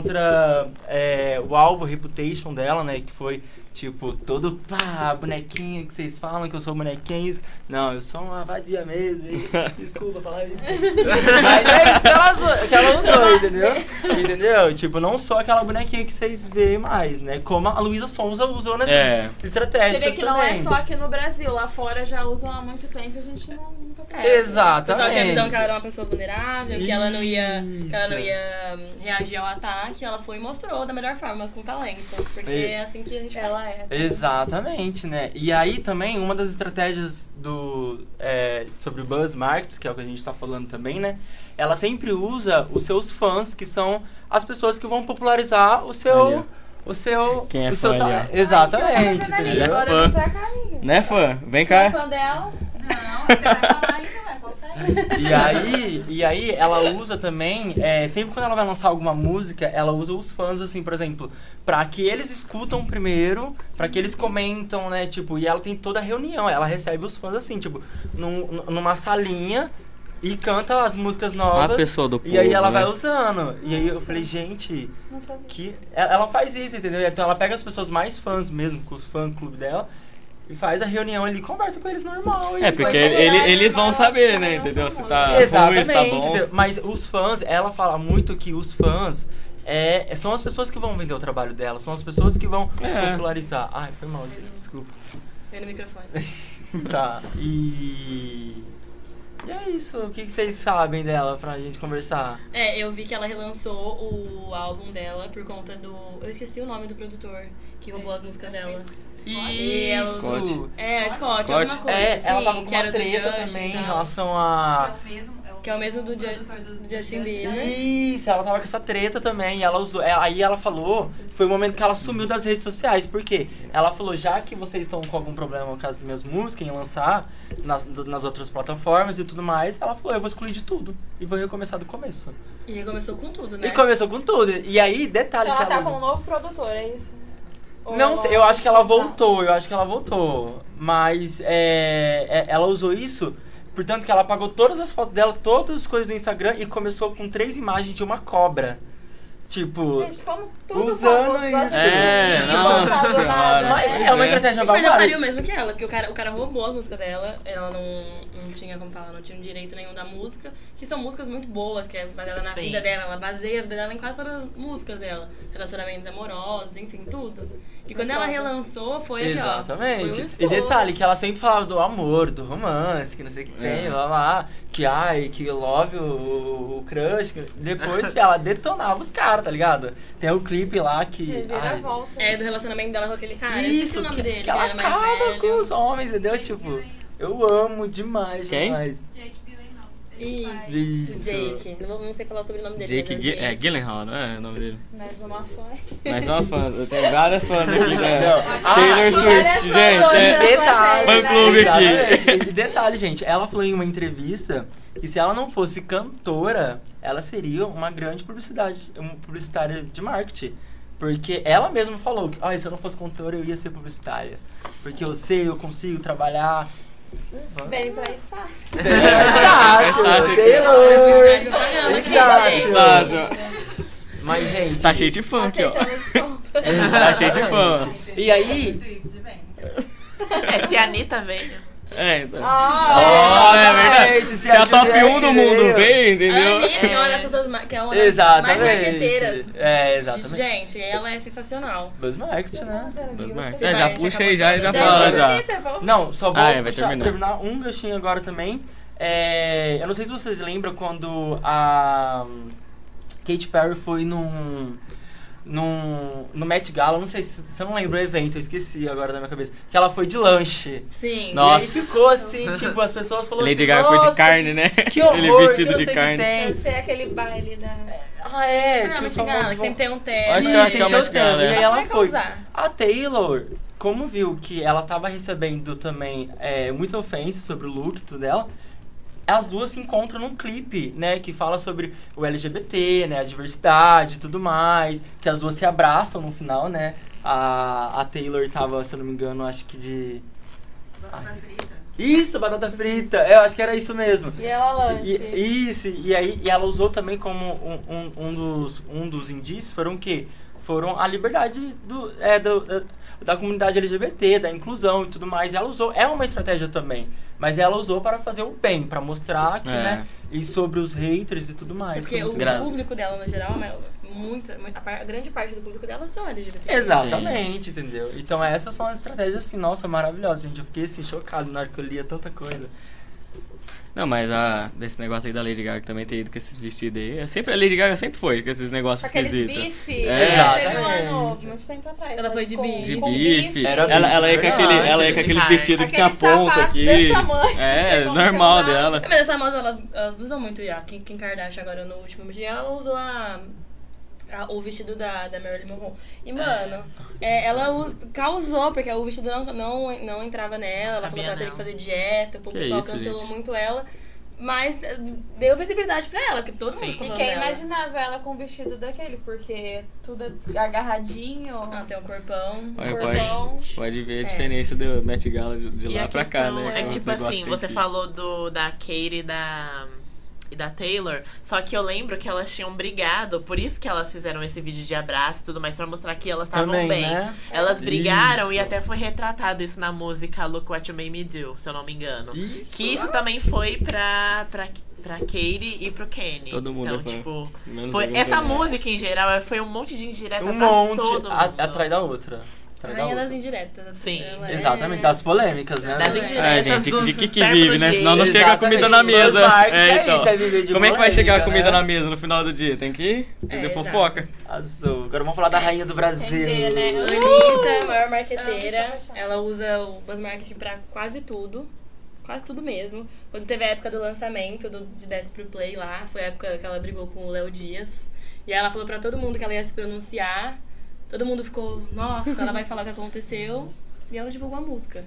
H: Contra é, o álbum Reputation dela, né? Que foi, tipo, todo pá, bonequinha que vocês falam que eu sou bonequinha. isso. Não, eu sou uma vadia mesmo. hein? Desculpa falar isso. Mas é isso que ela, usou, que ela usou, entendeu? Entendeu? Tipo, não só aquela bonequinha que vocês veem mais, né? Como a Luísa Sonza usou nessas
D: É,
H: estratégicas
C: Você vê que não
H: também.
C: é só aqui no Brasil, lá fora já usam há muito tempo, a gente não, nunca pega.
F: É, O pessoal tinha a visão que ela
H: Exatamente.
F: era uma pessoa vulnerável, que ela não ia, que ela não ia hum, reagir ao ataque. Ela foi e mostrou da melhor forma, com talento. Porque
H: E-
F: é assim que a gente
C: Ela é.
H: Exatamente, né? E aí também uma das estratégias do é, sobre o Buzz Markets, que é o que a gente tá falando também, né? Ela sempre usa os seus fãs, que são as pessoas que vão popularizar o seu.
D: Olha.
H: O seu.
D: Quem é
H: o seu
D: fã
H: ta-
D: ali, ó.
H: Exatamente.
C: Ai,
D: Ela é
H: entendeu?
C: tá agora
D: fã.
C: vem pra cá, amiga.
D: né, fã? Vem
C: Você é
D: cá.
C: fã dela?
E: Não, você vai falar ainda, vai voltar aí.
H: E aí, e aí ela usa também, é, sempre quando ela vai lançar alguma música, ela usa os fãs, assim, por exemplo, pra que eles escutam primeiro, pra que eles comentam, né? Tipo, e ela tem toda a reunião, ela recebe os fãs assim, tipo, num- numa salinha e canta as músicas novas.
D: A pessoa do povo,
H: e aí ela
D: né?
H: vai usando. E aí eu falei, gente,
C: Não sabia.
H: que. Ela ela faz isso, entendeu? Então ela pega as pessoas mais fãs mesmo, com os fã clube dela, e faz a reunião ali, conversa com eles normal. e
D: É, porque
C: Pois é,
D: ele-
C: verdade,
D: eles vão
C: mas
D: saber,
C: ela
D: né,
C: é um
D: entendeu? Se
C: famoso.
D: tá ruim, se tá
H: Exatamente.
D: bom.
H: entendeu? Mas os fãs, ela fala muito que os fãs é, são as pessoas que vão vender o trabalho dela, são as pessoas que vão
D: É.
H: popularizar. Ai, foi mal, gente, desculpa.
F: Vem no microfone.
H: Tá, e. E é isso, o que que vocês sabem dela pra gente conversar?
F: É, eu vi que ela relançou o álbum dela por conta do. Eu esqueci o nome do produtor que
C: É
F: roubou as músicas dela.
H: Isso!
D: Scott.
F: É, Scott,
D: Scott?
F: alguma coisa.
H: É,
F: assim,
H: ela tava com
F: que era
H: uma
F: do
H: treta
F: Justin e
H: também em
F: tal.
H: relação
D: Ah.
H: a.
E: o mesmo.
F: Que é o mesmo do Ju-
E: produtor
F: do Justin Bieber.
H: Isso, ela tava com essa treta também. e ela usou, é, aí ela falou, foi o momento que ela sumiu das redes sociais. Por quê? Ela falou, já que vocês estão com algum problema no caso das minhas músicas, em lançar nas, nas outras plataformas e tudo mais, ela falou, eu vou excluir de tudo. E vou recomeçar do começo.
F: E aí começou com tudo, né?
H: E começou com tudo. E aí, detalhe
C: Ela um
H: que ela
C: tá com
H: usou-
C: um novo produtor, é isso? Ou é
H: Não
C: ela-
H: sei, eu acho que ela voltou, eu acho que ela voltou. Mas é, é, ela usou isso, portanto que ela apagou todas as fotos dela, todas as coisas do Instagram e começou com três imagens de uma cobra. Tipo.
C: Gente, como tudo
H: Usando
C: famoso gosta de
H: isso.
D: É,
C: subir, botar
D: nossa
C: do nada,
D: senhora.
C: né?
H: mas é,
D: Pois
H: uma
D: é.
H: estratégia
F: Gente, mas eu faria
H: babaca.
F: o mesmo que ela, porque o cara, o cara roubou a música dela, ela não, não tinha, como falar, não tinha um direito nenhum da música, que são músicas muito boas, que é baseada na
B: Sim.
F: vida dela, ela baseia a vida dela em quase todas as músicas dela, relacionamentos amorosos, enfim, tudo. E quando ela relançou, foi aqui, ó.
H: Exatamente.
F: foi um
H: e
F: estouro.
H: detalhe, que ela sempre falava do amor, do romance, que não sei o que tem, blá blá. Que ai, que love o, o crush. que- Depois ela detonava os caras, tá ligado? Tem o clipe lá que.
C: Vira
H: ai,
C: volta.
F: É, do relacionamento dela com aquele cara. Ah, eu esqueci
H: Isso,
F: o nome
H: que,
F: dele,
H: que ela
F: ele era mais
H: acaba
F: velho.
H: com os homens, entendeu? Tipo, eu amo demais,
D: Quem?
H: demais.
E: Jake Gyllenhaal. Ele faz-
F: Isso.
H: Isso.
F: Jake. Não, vou- não sei falar sobre o sobrenome dele.
D: Jake
F: mas
D: Gil- é, Gyllenhaal, não é o nome dele?
C: Mais uma fã.
D: Mas
H: é
D: só fã, eu tenho várias fãs aqui,
H: Não.
D: né?
H: Ah,
D: Taylor Swift, gente, é...
C: né?
H: Detalhe.
D: Fã clube aqui.
H: Exatamente. E Detalhe, gente, ela falou em uma entrevista que se ela não fosse cantora, ela seria uma grande publicidade, uma publicitária de marketing. Porque ela mesma falou que, ah, se eu não fosse cantora, eu ia ser publicitária. Porque eu sei, eu consigo trabalhar.
C: Bem pra Estácio.
D: É
H: Estácio,
D: Estácio aqui.
H: Taylor,
F: Estácio pagando aqui,
H: Estácio.
D: Estácio.
H: É Mas, gente...
D: Tá cheio de fã aqui, ó.
C: Aceitando desconto.
D: Tá cheio de fama.
H: E aí.
E: Swift, vem.
B: É, se a Anitta veio.
D: É, então.
H: Ah,
D: Ah, é verdade. Se a top 1 do mundo veio, entendeu?
F: A Anitta é uma das pessoas ma- que é uma das mais marqueteiras.
H: Exatamente. É, exatamente.
F: Gente, ela é sensacional.
H: Buzz marketing, né?
D: É, já puxa aí, já, já
F: Gente,
D: fala,
C: é
D: já.
H: Não, só vou
D: Ah, é, vai
H: puxar-
D: terminar.
H: um ganchinho agora também. É, eu não sei se vocês lembram quando a Kate Perry foi num. num no Met Gala, não sei se você não lembra o evento, eu esqueci agora da minha cabeça. Que ela foi de lanche.
F: Sim.
D: Nossa.
H: E aí ficou assim, tipo, as pessoas falaram
D: Lady
H: assim.
D: Gaga foi de
H: "Nossa,
D: carne, né?
H: Que horror,
D: Ele vestido
H: que não
D: de
H: sei
D: carne.
H: Que
C: Deve
H: tem.
C: ser aquele baile da.
H: Ah, é.
F: Não,
H: que
F: mas
H: os famosos
F: engana, que tem
H: vão-
F: que ter um
D: Eu
F: tema.
D: acho que eu acho que é
H: Tem
D: uma
F: um
H: que ter o tema.
D: Gala,
H: E
D: é.
H: aí ela foi.
F: causar.
H: A Taylor, como viu que ela tava recebendo também é, muita ofensa sobre o look e tudo dela, as duas se encontram num clipe, né? Que fala sobre o LGBT, né? A diversidade e tudo mais. Que as duas se abraçam no final, né? A, a Taylor tava, se eu não me engano, acho que de. Isso, batata frita! Eu acho que era isso mesmo.
C: E ela lanche.
H: E, isso, e aí e ela usou também como um, um- um dos, um dos indícios foram o quê? Foram a liberdade do, é, do- da, da comunidade LGBT, da inclusão e tudo mais. E ela usou, é uma estratégia também, mas ela usou para fazer o bem, para mostrar que,
D: É.
H: né? E sobre os haters e tudo mais.
F: Porque
H: Foi
F: o
H: muito
D: Graças.
F: público dela, no geral, mas muita, muita, a par- a grande parte do público dela são LGBT.
H: Exatamente, entendeu? Então essas são as estratégias, assim, nossa, maravilhosas, gente. Eu fiquei, assim, chocado na hora que eu lia tanta coisa.
D: Não, mas a, desse negócio aí da Lady Gaga que também ter ido com esses vestidos aí. É sempre, a Lady Gaga sempre foi com esses negócios
C: Aqueles
D: esquisitos.
C: bife.
D: É.
C: Teve um ano,
H: Exatamente.
C: muito tempo atrás.
F: Ela
C: mas
F: foi de
C: com-
F: bife.
D: De
C: com
D: bife.
H: Era
D: Ela, ela é com,
H: verdade,
D: aquele, ela é com
H: de
D: aqueles
B: carne.
D: vestidos que tinha
C: Aquele
D: ponta
C: sapato
D: aqui.
C: desse tamanho,
D: É,
C: não sei
D: normal
C: como que é o nome.
D: dela.
F: É, Mas essa moça, elas, elas usam muito já. Kim, Kim Kardashian agora no último dia, ela usou a, a- o vestido da, da Marilyn Monroe. E, mano, é, ela u- causou, porque o vestido não, não, não entrava nela, ela
B: Cabia
F: falou que ela teve
B: nela.
F: que fazer dieta, o
D: Que
F: pessoal
D: isso,
F: cancelou
D: gente.
F: muito ela. Mas eh, deu visibilidade pra ela, porque todo mundo
B: Sim.
F: ficou
C: E
F: falando
C: quem
F: dela.
C: imaginava ela com um vestido daquele? Porque tudo é agarradinho,
F: Ela tem um corpão.
D: Olha,
C: cordão.
D: pode, pode ver a
F: É.
D: diferença do Met Gala de, de
B: E
D: lá
B: a
D: pra cá,
B: questão
D: né?
B: É
D: que o
B: tipo
D: negócio
B: assim,
D: tem
B: você
D: que-
B: falou do, da Katie e da, e da Taylor, só que eu lembro que elas tinham brigado, por isso que elas fizeram esse vídeo de abraço e tudo mais, pra mostrar que elas estavam
H: Também,
B: bem.
H: né?
B: Elas brigaram
H: Isso.
B: e até foi retratado isso na música Look What You Made Me Do, se eu não me engano.
H: Isso.
B: Que isso também foi pra, pra, pra Katie e pro Kenny.
D: Todo mundo
B: então,
D: é fã.
B: tipo,
D: menos
B: foi,
D: alguma
B: essa
D: coisa.
B: música em geral foi um monte de
F: Tá
B: indireta
H: Um
B: pra
H: monte
B: todo mundo.
H: a- atrás da outra.
D: tá
H: Atrás da
F: Rainha das
H: outra.
F: indiretas.
B: Sim.
F: Ela é-
H: Exatamente, das polêmicas, né?
B: Das
F: É,
D: É,
B: indiretas
D: gente,
B: dos
D: de que que
B: términos
D: vive, né? Senão não
B: de-
D: chega a comida na
H: Exatamente.
D: mesa.
H: Os marketing
D: É,
H: é
D: então.
H: isso, é viver de
D: Como é que vai chegar a
H: polêmica,
D: comida
H: né?
D: na mesa no final do dia? Tem que ter
F: É,
D: fofoca.
H: Azul. Agora vamos falar da rainha do Brasil.
C: Entender, né?
F: Anitta, maior marqueteira.
C: Amo essa
F: Ela usa o buzz marketing pra quase tudo. Quase tudo mesmo. Quando teve a época do lançamento do, de Desce pro Play lá, foi a época que ela brigou com o Léo Dias. E aí ela falou pra todo mundo que ela ia se pronunciar. Todo mundo ficou, nossa, ela vai falar o que aconteceu. E ela divulgou a música.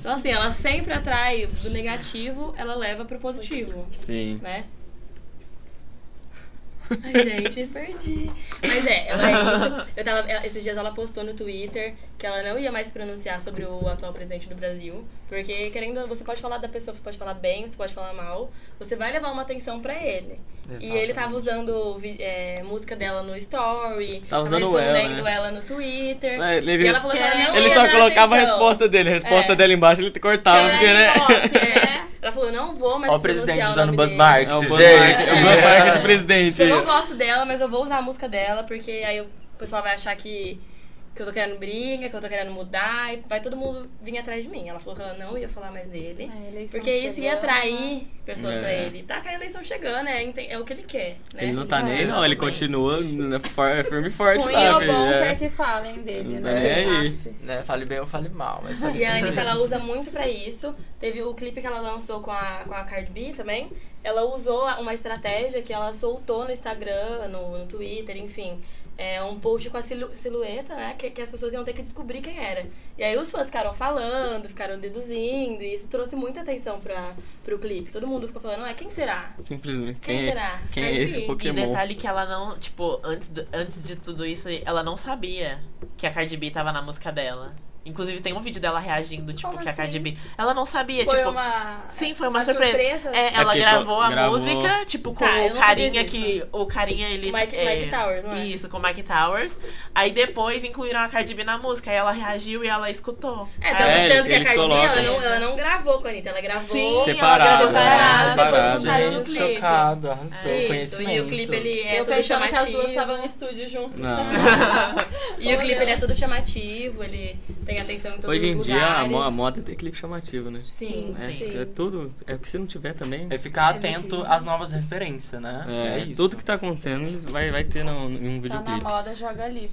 F: Então assim, ela sempre atrai do negativo, ela leva pro positivo
D: Sim.
F: né? Ai, gente, perdi. Mas é, ela é isso. Eu tava, ela- esses dias ela postou no Twitter que ela não ia mais se pronunciar sobre o atual presidente do Brasil. Porque, querendo, você pode falar da pessoa, você pode falar bem, você pode falar mal. Você vai levar uma atenção pra ele. E ele tava usando vi- é, música dela no story.
D: Tava Tá usando o ela,
F: respondendo
D: né?
F: ela no Twitter.
D: É, ele-
F: e ela falou que ela não
D: Ele
F: ia
D: só
F: dar
D: colocava a
F: atenção.
D: resposta dele, a resposta
F: É.
D: dela embaixo ele cortava, porque, né?
F: É. Ela falou, não vou mais
H: Ó
F: pronunciar
H: o presidente
F: o
H: usando
F: nome
H: Buzz
F: dele.
D: É o
H: Market,
D: Buzz
H: gente.
D: Market, o Buzz Market presidente.
F: Eu não gosto dela, mas eu vou usar a música dela, porque aí o pessoal vai achar que, que eu tô querendo briga, que eu tô querendo mudar, e vai todo mundo vir atrás de mim. Ela falou que ela não ia falar mais dele.
C: A eleição né?
F: Porque isso ia
C: chegando.
F: atrair pessoas pra
D: É.
F: ele. Tá com a eleição chegando, é, ente- é o que ele quer, né?
D: Ele não tá nem, não, ele continua né, for- firme e forte
C: Ruim
D: lá,
C: ou
D: filho,
C: bom
D: é.
C: quer que falem dele,
D: É,
C: né?
D: e-
C: Aff.
H: Né, fale bem ou fale mal, mas fale
F: E a tá Anitta, ela usa muito pra isso. Teve o clipe que ela lançou com a, com a Cardi B também. Ela usou a- uma estratégia que ela soltou no Instagram, no, no Twitter, enfim. É um post com a silu- silhueta, né? Que, que as pessoas iam ter que descobrir quem era. E aí os fãs ficaram falando, ficaram deduzindo. E isso trouxe muita atenção pra, pro clipe. Todo mundo ficou falando, é quem será?
D: Simplesmente.
F: Quem
D: Quem,
F: será?
D: quem é
F: Cardi
D: esse
F: B.
D: Pokémon?
B: E detalhe que ela não, tipo, antes, do- antes de tudo isso, ela não sabia que a Cardi B tava na música dela. Inclusive tem um vídeo dela reagindo, tipo,
C: Como
B: que a
C: assim?
B: Cardi B. Ela não sabia,
C: Foi
B: tipo.
C: uma.
B: Sim, foi uma, surpresa. É,
D: É
B: ela
D: porque
B: gravou
D: co-
B: a
D: gravou-
B: música, tipo, com
F: Tá, eu
B: o
F: não
B: carinha
F: sabia
B: que. O carinha, ele.
F: Mike-
B: é,
F: Mike Towers, não é?
B: Isso, com o Mike Towers. Aí depois incluíram a Cardi B na música. Aí ela reagiu e ela escutou.
F: É,
B: Aí
F: tanto,
D: É,
F: tanto que a
D: eles
F: Cardi B, ela
D: colocam.
F: não, ela não gravou com a Anitta, ela gravou.
B: Sim,
D: Separado,
B: ela gravou
D: né?
B: separado.
D: Separado.
F: Depois não saiu no
H: Gente,
F: clipe.
H: chocado, arrasou,
F: Isso,
H: conhecimento.
F: e o clipe ele é
C: eu
F: todo
C: pensando que
F: chamativo.
C: as duas estavam no estúdio juntas. né?
D: Não.
F: E o clipe ele é todo chamativo, ele tem atenção em todos
D: Hoje em
F: os
D: dia a,
F: lugares.
D: mo- a moda é ter clipe chamativo, né?
F: Sim.
D: É,
C: Sim.
D: é tudo. É porque se não tiver também.
H: É ficar atento
F: assim.
H: às novas referências, né?
D: É, tudo que tá acontecendo eles vai, vai ter no, em um
C: Tá na
D: videoclipe.
C: moda, joga ali.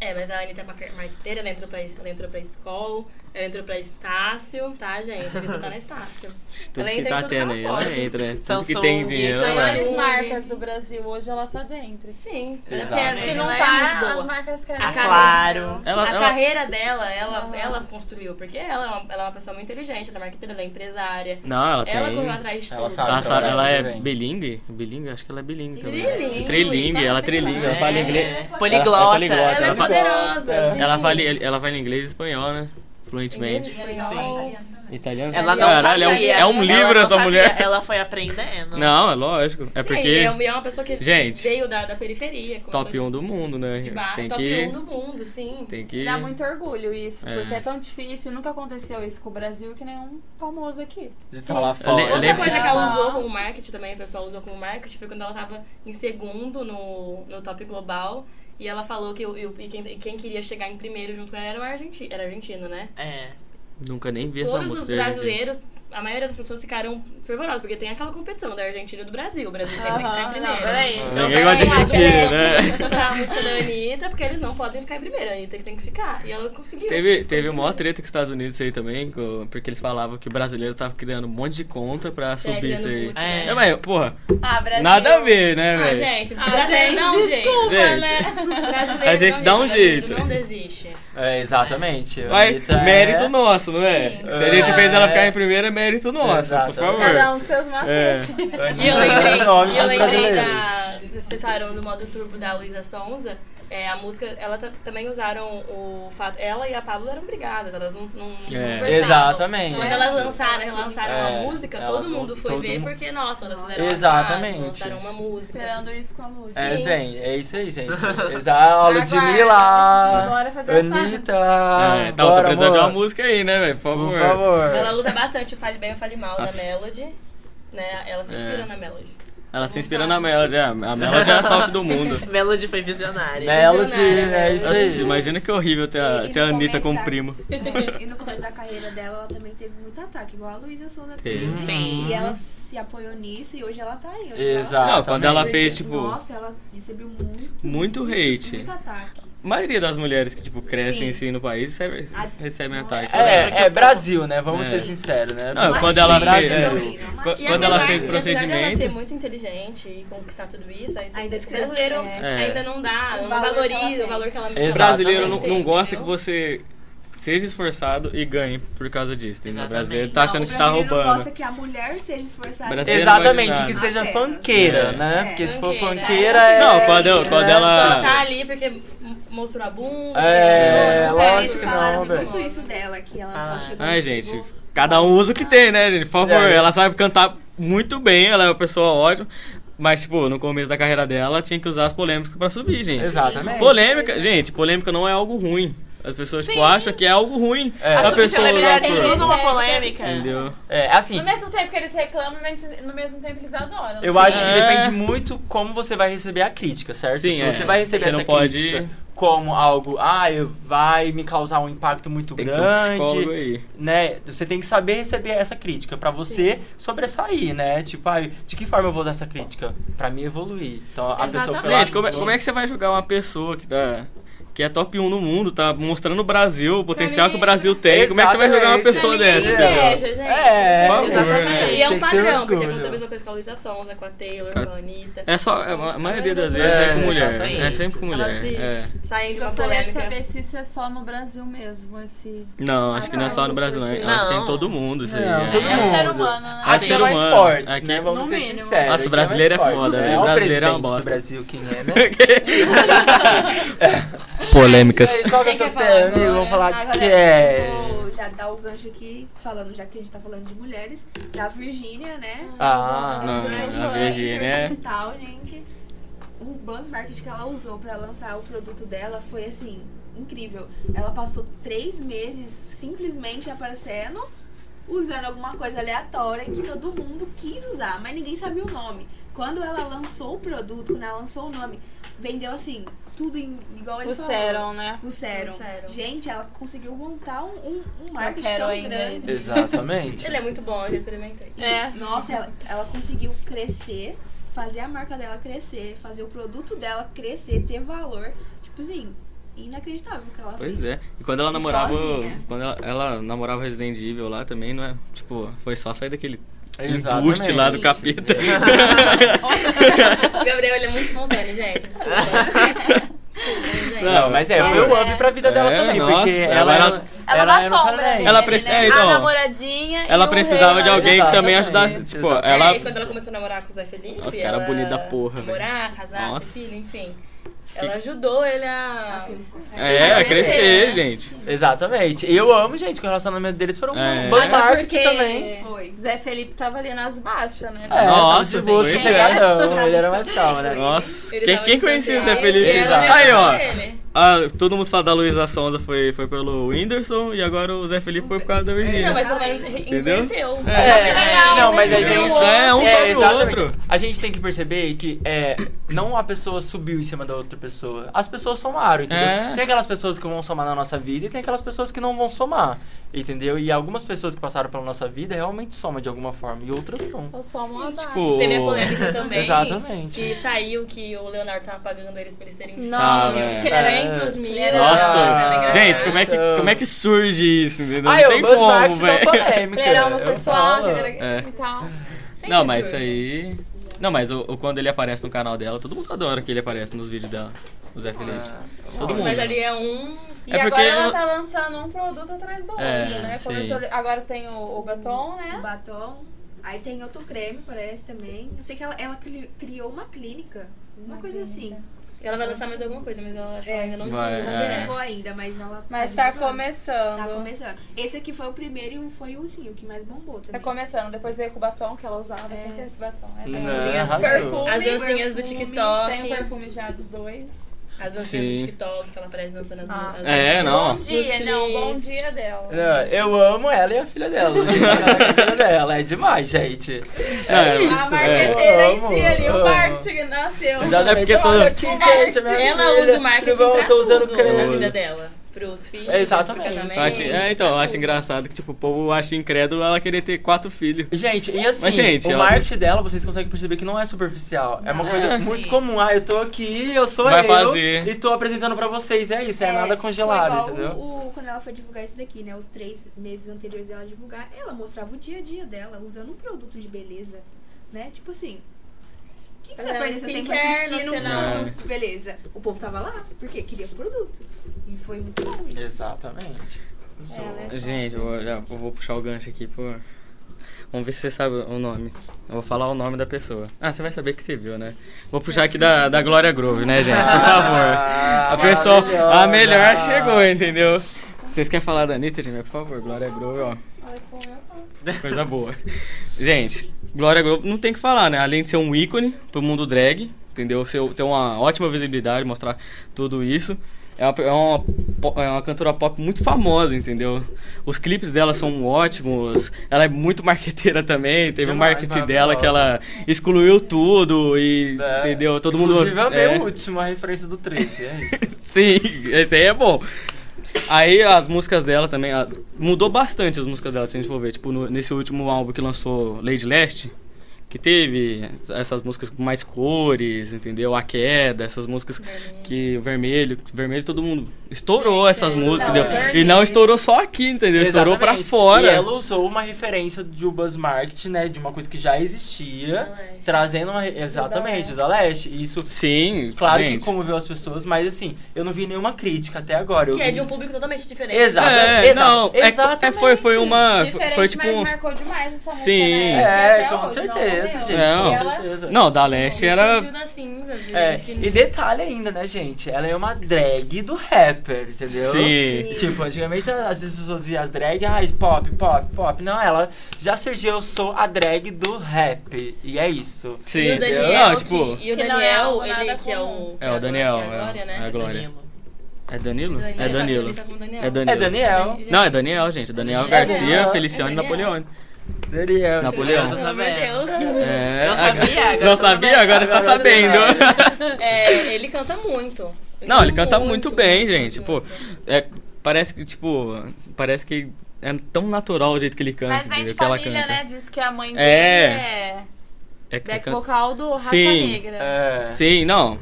F: É, mas a Anitta é uma car- marqueteira, ela entrou pra, ela entrou pra escola, ela entrou pra Estácio, tá, gente? A Anitta tá na Estácio.
D: tudo
F: Ela
D: que
F: entra em
D: tá
F: tudo que
D: tendo
F: ela
D: aí, ela
F: pode.
D: entra, né? Tudo que
B: Samsung,
D: tem dinheiro, ela é. vai.
C: Maiores
F: Samsung.
C: marcas do Brasil, hoje ela tá dentro.
F: Sim.
H: Exato.
F: Porque,
C: Se não
F: ela é muito
C: tá,
F: boa.
C: as marcas querem.
B: Ah, claro.
D: Ela,
F: a
D: ela-
F: carreira dela, ela,
C: Aham.
F: ela construiu, porque ela é, uma, ela é uma pessoa muito inteligente, ela é marqueteira, ela é empresária.
D: Não, ela tem.
F: Ela correu atrás de tudo.
H: Ela
B: Ah,
H: sabe
B: então
D: Ela, sabe, ela
H: trabalhar
D: é
B: assim
H: super bem.
D: bilingue? Bilingue? Acho que ela é bilingue também.
F: Trilingue.
D: Trilingue, ela é
F: Fala,
D: trilingue.
F: sei lá.
D: Ela fala inglês.
B: É.
D: Ela é
B: Poliglota.
D: poliglota.
F: Ela é
D: Ela fala-
F: poderosa.
H: É.
F: sim.
D: Ela fala, ela fala inglês e espanhol, né? Fluentemente.
F: Inglês, espanhol.
D: Italiano.
B: Ela não
D: Caralho, é um-
B: sabia.
D: é um, livro
B: Ela não
D: essa
B: sabia,
D: mulher.
B: Ela foi aprendendo.
D: Não, é lógico. É
F: Sim,
D: porque
F: é uma- é uma pessoa que
D: Gente,
F: veio da, da periferia. começou
D: top 1 do mundo, né?
F: De bar,
D: Tem
F: top
D: que
F: 1 do mundo, sim.
D: tem que
C: Dá muito orgulho isso,
D: É.
C: porque é tão difícil. Nunca aconteceu isso com o Brasil que nenhum famoso aqui.
H: De tá lá
D: Eu
H: fora.
F: Outra
D: lembro-
F: coisa que ela
C: Ah.
F: usou como marketing também, o pessoal usou como marketing, foi quando ela tava em segundo no, no top global. E ela falou que o- e o- e quem, e quem queria chegar em primeiro junto com ela era o argentino, era argentino né?
B: É.
D: Nunca nem vi essa
F: Todos os
D: música. é gente.
F: brasileiros, a maioria das pessoas ficaram fervorosas, porque tem aquela competição da Argentina e do Brasil. O Brasil sempre tem que
C: Aham,
F: ficar em
C: não,
F: primeiro.
C: peraí.
H: É.
F: Então,
D: Ninguém gosta de
F: peraí,
D: Argentina,
F: peraí.
D: né?
F: Escutar a música da Anitta, porque eles não podem ficar em primeiro. A Anitta que tem que ficar. E ela conseguiu.
D: Teve, teve maior treta com os Estados Unidos aí também, co- porque eles falavam que o brasileiro tava criando um monte de conta pra subir
F: criando
D: isso aí.
F: boot,
B: né?
D: É, mas, porra,
C: Ah, Brasil.
D: nada a ver, né,
F: Ah,
D: velho?
F: gente,
C: Ah, gente,
F: brasileiro dá um jeito.
C: desculpa,
D: Gente.
C: né?
F: Brasileiro
D: A gente dá um jeito.
F: Não desiste.
H: É, exatamente.
D: Mas
H: Anitta é-
D: mérito nosso, não é?
F: Sim.
D: Se a gente fez ela
H: É.
D: ficar em primeiro, é mérito nosso,
H: Exato.
D: por favor. É.
C: Cada um com seus macetes.
F: E eu lembrei,
H: Nome
F: e eu
H: dos
F: lembrei
H: brasileiros.
F: da. Vocês citaram do modo turbo da Luísa Sonza. É, a música, ela ta- também usaram o fato. Ela e a Pablo eram brigadas, elas não, não, não
D: É.
F: conversavam.
H: Exatamente.
F: Quando elas lançaram, relançaram
H: É,
F: a música,
H: elas
F: todo
H: vão-
F: mundo foi
H: todo
F: ver
H: mundo.
F: porque, nossa, elas fizeram
H: Exatamente.
F: uma casa, lançaram uma música.
C: Esperando isso com a música.
H: É,
F: Sim.
H: gente, é isso aí, gente. Exato.
C: Aguarda.
H: Ludmilla!
C: Bora fazer as farras.
H: Anitta!
D: É, tá,
H: bora,
D: tá precisando de uma
H: amor.
D: música aí, né, velho? Por favor.
H: Por favor.
F: Ela usa bastante o Fale Bem ou Fale Mal
D: Nossa.
F: da Melody. Né? Ela se inspira
D: É.
F: na Melody.
D: Ela se inspirando na Melody, é, a Melody é a top do mundo.
B: Melody foi visionária.
D: Né?
H: Melody, é isso
D: Nossa,
F: né?
H: aí.
D: imagina que horrível ter a, ter a Anitta como primo.
I: E no começo da carreira dela, ela também teve muito ataque, igual a Luísa Souza
D: Teve.
I: teve.
B: Sim.
I: E ela se apoiou nisso e hoje ela tá aí. Hoje
H: Exato.
D: Não, quando ela fez,
I: Ela...
D: tipo,
I: Nossa, ela recebeu muito,
D: muito hate.
I: muito ataque.
D: A maioria das mulheres que, tipo, crescem
I: Sim.
D: assim no país recebem, recebem ataque.
H: É, é Brasil, né? Vamos
D: É.
H: ser sinceros, né?
D: Não, quando
H: Brasil.
D: ela
H: Brasil.
D: fez, é,
I: Brasil.
F: E
D: quando ela
F: apesar-
D: fez o
F: e apesar dela ser
D: procedimento,
F: muito inteligente e conquistar tudo isso, ainda,
I: Ainda
F: o brasileiro
I: é.
F: ainda não dá,
I: O
F: não
I: valor que ela
F: valoriza
I: tem.
F: o valor que ela
D: o
H: Exato.
D: brasileiro não,
F: tem,
D: não gosta que
F: entendeu?
D: você seja esforçado e ganhe por causa disso. Entendeu? O
B: Exatamente.
D: brasileiro tá achando
I: Não,
D: que você tá
I: O brasileiro não gosta
D: roubando.
I: que a mulher seja esforçada.
D: Brasileiro-
H: Exatamente, que
D: Apenas.
H: seja fanqueira,
D: É.
H: né?
I: É.
H: Porque se for
F: Funkeira.
H: fanqueira é.
D: Não, quando, eu- quando
F: Só tá
D: ela.
F: ali porque m- mostrou a bunda.
H: É,
F: mostrou,
I: Eles
F: mostrou,
H: lógico que não,
I: falaram
H: velho.
I: muito isso né? dela, que ela
B: Ah.
I: só chegou.
D: Ai, gente, cada um usa o que tem, né, gente? Por favor,
H: É.
D: ela sabe cantar muito bem, ela é uma pessoa ótima. Mas, tipo, no começo da carreira dela, tinha que usar as polêmicas pra subir, gente.
I: É,
H: Exatamente.
D: Polêmica, gente, polêmica não é algo ruim. As pessoas, tipo, acham que é algo ruim.
H: É.
D: A
F: assim.
H: As
D: pessoa usar
B: celebridades
D: por...
B: usam a
C: Percebe,
B: polêmica.
D: Entendeu?
H: É, assim,
C: No mesmo tempo que eles reclamam, mas no mesmo tempo eles adoram. assim, né?
H: Eu
C: Sim.
H: acho que
D: É.
H: depende muito como você vai receber a crítica, certo?
D: Sim,
H: Se
D: é.
H: você vai receber
D: Você
H: essa
D: não pode-
H: crítica como algo, ah, eu- vai me causar um impacto muito
D: Tem que ter um psicólogo
H: grande,
D: aí.
H: né? Você tem que saber receber essa crítica pra você sobressair, né? Tipo, ah, de que forma eu vou usar essa crítica? Pra me evoluir. Então, a pessoa foi lá-
D: Gente, como é, como é que você vai julgar uma pessoa que tá. Que é top 1 no mundo, tá mostrando o Brasil, o potencial que o Brasil tem. Como é que você vai jogar uma
H: Exatamente.
D: pessoa
F: Pra mim é
D: dessa, entendeu?
F: inveja, gente.
H: É,
D: Por favor,
B: exatamente.
D: né?
F: E é
H: Tem
F: um
H: que ter
F: padrão, porque
H: orgulho.
F: aconteceu a mesma coisa com a Luísa Sonza, com a Taylor, com a Anitta.
D: É só. é, A maioria das
F: É,
D: vezes é, com mulher.
B: exatamente.
D: É sempre com mulher.
F: Elas se-
D: é.
F: Saindo de uma
C: Gostaria de
F: polêmica.
C: saber se isso é só no Brasil mesmo, esse...
D: Não, acho que não é só no Brasil, não. Eu Acho que tem
B: Não.
D: em todo mundo isso aí.
H: Não,
D: é.
H: todo
C: É o
H: mundo.
C: ser humano, né?
D: Ah,
H: Aqui
D: ser
H: é mais
D: humano.
H: forte,
D: Aqui-
H: né? Vamos
C: No
H: ser
C: mínimo.
H: sinceros.
D: Nossa,
H: aqui
D: brasileiro é
H: mais forte,
D: foda,
H: né?
D: velho.
H: Olha
D: Brasileiro é uma
H: presidente do
D: bosta.
H: Brasil, quem é, né?
J: polêmicas.
H: E aí, qual que é
F: Quem
H: o seu
F: quer falar
H: tema, amigo?
F: agora?
H: Vamos falar de
I: Agora,
H: que é.
I: eu vou já dar o gancho aqui, falando, já que a gente tá falando de mulheres, da Virgínia, né?
H: Ah,
D: Não,
I: grande
D: a
I: influencer
D: Virgínia- né?
I: digital, é gente. O Buzz Market que ela usou pra lançar o produto dela foi assim, incrível. Ela passou três meses simplesmente aparecendo, usando alguma coisa aleatória que todo mundo quis usar, mas ninguém sabia o nome. Quando ela lançou o produto, quando ela lançou o nome, vendeu assim, tudo em, igual ele
C: O
I: falou.
C: Serum, né?
I: O Serum.
C: O Serum.
I: Gente, ela conseguiu montar um, um, um marketing
C: quero
I: tão
C: ainda.
I: grande.
H: Exatamente.
F: Ele é muito bom, eu já experimentei.
C: É.
I: Nossa, ela, ela conseguiu crescer, fazer a marca dela crescer, fazer o produto dela crescer, ter valor. Tipo assim, inacreditável o que ela fez.
D: Pois é. E quando ela
I: E
D: namorava.
I: sozinha.
D: Quando ela, ela namorava Resident Evil lá também, não é? Tipo, foi só sair daquele
H: Exatamente.
D: embuste Um lá do capeta.
F: O Gabriel, ele é muito espontâneo, gente. Desculpa.
D: Não,
F: Gente,
H: Não, mas é, foi
C: Mas
H: o
C: é.
H: up pra vida dela
D: É,
H: também,
D: nossa,
H: porque
D: ela
H: ela,
D: era-
H: ela,
C: Ela,
H: era
C: passou
H: um
C: uma
H: talento.
C: dele,
D: Ela
C: né?
D: preci- é, então.
C: A namoradinha e
D: Ela
F: um
C: o
D: precisava
C: rei
D: de
C: lá,
D: alguém que também ajudasse.
H: Exatamente,
D: Tipo,
H: exatamente.
D: ela.
F: É, e quando ela começou a namorar com o Zé Felipe,
D: Ó, cara
F: ela...
D: bonito da porra, velho.
F: Namorar, casar, ter
D: Nossa.
F: filho, enfim. Ela ajudou ele a...
D: É, a crescer, gente.
H: Exatamente. E eu amo, gente, que o relacionamento deles foram
D: É.
H: um buzz
C: Até
H: market
C: porque
H: também.
I: Foi.
C: Zé Felipe tava ali nas baixas, né?
H: É,
D: Nossa,
H: tava de boa,
D: foi.
H: sossegadão. Ele era mais calmo, né?
D: Nossa.
F: Ele
D: Quem,
F: tava
D: quem conhecia o Zé
F: descansando.
D: Felipe?
F: E ela
D: Aí, ó.
F: lembrou dele.
D: Ah, todo mundo fala da Luísa Sonza foi, foi pelo Whindersson e agora o Zé Felipe foi por causa da Virgínia.
F: É, Não, mas pelo menos
D: Entendeu?
F: inverteu.
H: É,
C: legal,
H: não, mas a
C: né?
H: gente.
D: É, um sabe o
H: exatamente.
D: outro.
H: A gente tem que perceber que é, não a pessoa subiu em cima da outra pessoa. As pessoas somaram, entendeu?
D: É.
H: Tem aquelas pessoas que vão somar na nossa vida e tem aquelas pessoas que não vão somar, entendeu? E algumas pessoas que passaram pela nossa vida realmente somam de alguma forma e outras não.
C: Eu sou uma abaixo.
D: Tipo,
F: Teve a polêmica também.
H: Exatamente.
F: Que saiu que o Leonardo tava pagando eles pra eles terem filho.
C: Nossa,
F: né?
D: é.
C: que ele era
H: É.
F: 500 mil.
D: Nossa,
H: Ah,
D: gente, como é, que, como é que surge isso? Entendeu? Não
H: Ai,
D: tem
H: o Buzz
D: como,
H: Marx dá
D: velho.
H: polêmica.
C: Ele era
H: eu
C: homossexual, né?
H: falo.
C: que ele era...
D: É.
C: e tal.
D: Não, mas isso aí. é Não, mas o, o- quando ele aparece no canal dela, todo mundo adora que ele aparece nos vídeos dela, o Zé Felipe. Todo mundo.
F: Ah, Mas ali é um...
C: E
D: É porque
C: agora ela
D: eu-
C: tá lançando um produto atrás do outro,
D: É,
C: né?
D: sim.
C: Começou, agora tem o, o batom,
D: é.
I: O
C: né?
I: batom. Aí tem outro creme, parece também. Eu sei que ela, ela cri- criou uma clínica. Uma, coisa assim.
F: Ela vai lançar mais alguma coisa, mas ela acho que
I: É.
F: ela ainda não
D: Vai,
F: não
I: Não
D: É.
I: chegou ainda, mas ela.
C: Mas tá
I: começando. Tá
C: começando.
I: começando. Esse aqui foi o primeiro e um, foi o, sim, o que mais bombou também.
C: Tá começando. Depois veio com o batom que ela usava.
I: É.
C: Tem que ter esse batom. É,
D: Não,
C: tem.
H: Hum, arrasou.
C: Perfume.
F: As dancinhas do
C: Tem o
F: TikTok.
C: perfume já dos dois.
F: As dancinhas
D: Sim.
F: do TikTok que ela aparece dançando as
C: Ah.
F: as-
D: É, não. É,
C: Bom dia,
F: Dos
C: não.
F: clipes.
C: Bom dia dela. É,
H: Não, Eu amo ela e a filha dela. Ela e a filha dela. É demais, gente.
D: É,
H: É
C: A
H: isso.
C: marqueteira
H: é.
C: em si ali,
H: Amo,
C: o
H: amo.
C: marketing nasceu.
H: Exatamente.
D: É porque
H: Olha
D: toda-
H: aqui, gente, a minha
F: Ela
H: filha.
F: usa o marketing
H: Tudo bom?
F: pra
H: Tô usando
F: tudo
H: creme.
F: na vida dela. Pros filhos,
H: Exatamente.
F: pro casamento.
D: Eu acho- é, então, eu acho engraçado que, tipo, o povo acha incrédulo ela querer ter quatro filhos.
H: Gente, e assim,
D: Mas, gente,
H: o
D: ela-
H: marketing dela, vocês conseguem perceber que não é superficial. É uma coisa muito comum. Ah, eu tô aqui, eu sou
D: Vai
H: eu
D: fazer.
H: e tô apresentando pra vocês. É isso, é, nada
I: foi
H: congelado,
I: igual
H: entendeu?
I: O, o- quando ela foi divulgar isso daqui, né? Os três meses anteriores dela divulgar, ela mostrava o dia a dia dela, usando um produto de beleza, né? Tipo assim. O que, que
C: Ela
I: você
C: era
I: perdeu seu tempo
C: skincare no
I: assistindo um
D: final.
I: produto de beleza? O povo tava lá, porque queria produto. E foi muito bom isso.
H: Exatamente.
C: Ela é
D: Gente, eu, vou- já- eu vou puxar o gancho aqui por. Vamos ver se você sabe o nome. Eu vou falar o nome da pessoa. Ah, você vai saber que você viu, né? Vou puxar aqui da, da Glória Groove, né, gente? Por favor.
H: Ah,
D: A pessoa. A melhor
H: maravilhosa.
D: chegou, entendeu? Vocês querem falar da Anitta, gente? Por favor, Glória Groove, ó. Coisa boa. Gente, Glória Groove não tem que falar, né? Além de ser um ícone pro mundo drag, entendeu? Ser- Ter uma ótima visibilidade, mostrar tudo isso. É uma, é, uma, po- é uma cantora pop muito famosa, entendeu? Os clipes dela são ótimos. Ela é muito marqueteira também. Teve o
H: Demais,
D: marketing dela que ela
H: maravilhosa.
D: excluiu tudo e.
H: É.
D: Entendeu? Todo
H: Inclusive,
D: mundo.
H: amei
D: é.
H: o último, a referência do 13, é isso.
D: Sim, esse aí é bom. Aí as músicas dela também. a- mudou bastante as músicas dela, se a gente for ver. Tipo, no- nesse último álbum que lançou Lady Leste, que teve ess- essas músicas com mais cores, entendeu? A queda, essas músicas que. Vermelho. Vermelho todo mundo. Estourou essas músicas,
C: Não,
D: entendeu? E
C: Vermelho.
D: não estourou só aqui, entendeu? Estourou pra
H: Exatamente.
D: fora.
H: E é ela usou uma referência de um buzz market, né? De uma coisa que já existia,
D: né?
F: Da Leste.
H: trazendo uma. re- Exatamente, da Leste. E isso,
D: Sim,
H: claro
D: gente.
H: que comoveu as pessoas, mas assim, eu não vi nenhuma crítica até agora. Eu
F: Que é
H: vi-
F: de um público totalmente diferente.
H: Exato.
D: É,
H: Exato.
D: não, é- é- foi, foi uma.
C: Diferente,
D: foi tipo.
C: mas
D: um-
C: marcou demais essa música,
D: Sim.
C: né?
H: É,
C: Até
H: com
C: hoje, não
H: certeza. certeza,
F: entendeu?
H: gente.
D: Não.
H: Com certeza.
D: Não, da Leste era.
F: Surgiu das cinzas, gente.
H: É,
F: assim, que
H: e detalhe ainda, né, gente? Ela é uma drag do rapper, entendeu?
D: Sim.
H: E, Tipo, antigamente às vezes as pessoas viam as drag, ai, pop, pop, pop. Não, ela já surgiu, eu sou a drag do rap. E é isso.
D: Sim.
F: E o Daniel,
D: Não, tipo.
F: que, e o
C: que não
F: Daniel,
C: é
F: ele
C: nada
F: que é o...
C: comum.
F: que
D: É, o Daniel.
F: que é a Glória,
D: É a
F: né?
D: Glória.
B: Danilo.
D: É Danilo?
F: Daniel,
D: É Danilo.
F: ele tá com o Daniel.
D: É Danilo.
H: É Daniel.
F: Gente,
D: Não, é Daniel, gente. Daniel
F: É
D: Garcia,
H: Daniel.
D: Feliciano e
F: É Daniel.
D: Napoleone.
H: Daniel.
D: Napoleão.
F: Pelo amor de Deus.
D: É,
B: Não sabia, agora
D: Não
B: tá sabendo.
D: sabia? Agora está
H: Agora
D: sabendo.
F: É, ele canta muito.
D: Não, ele canta muito bem, gente. Pô,
F: muito.
D: é, parece que, tipo, parece que é tão natural o jeito que ele canta,
C: Mas vem de
D: entendeu? que ela
C: família,
D: canta.
C: né? Diz que a mãe dele
D: É.
C: é
D: É que
C: back
D: canta-
C: vocal do Raça
D: Sim.
C: Negra.
H: É.
D: Sim, não.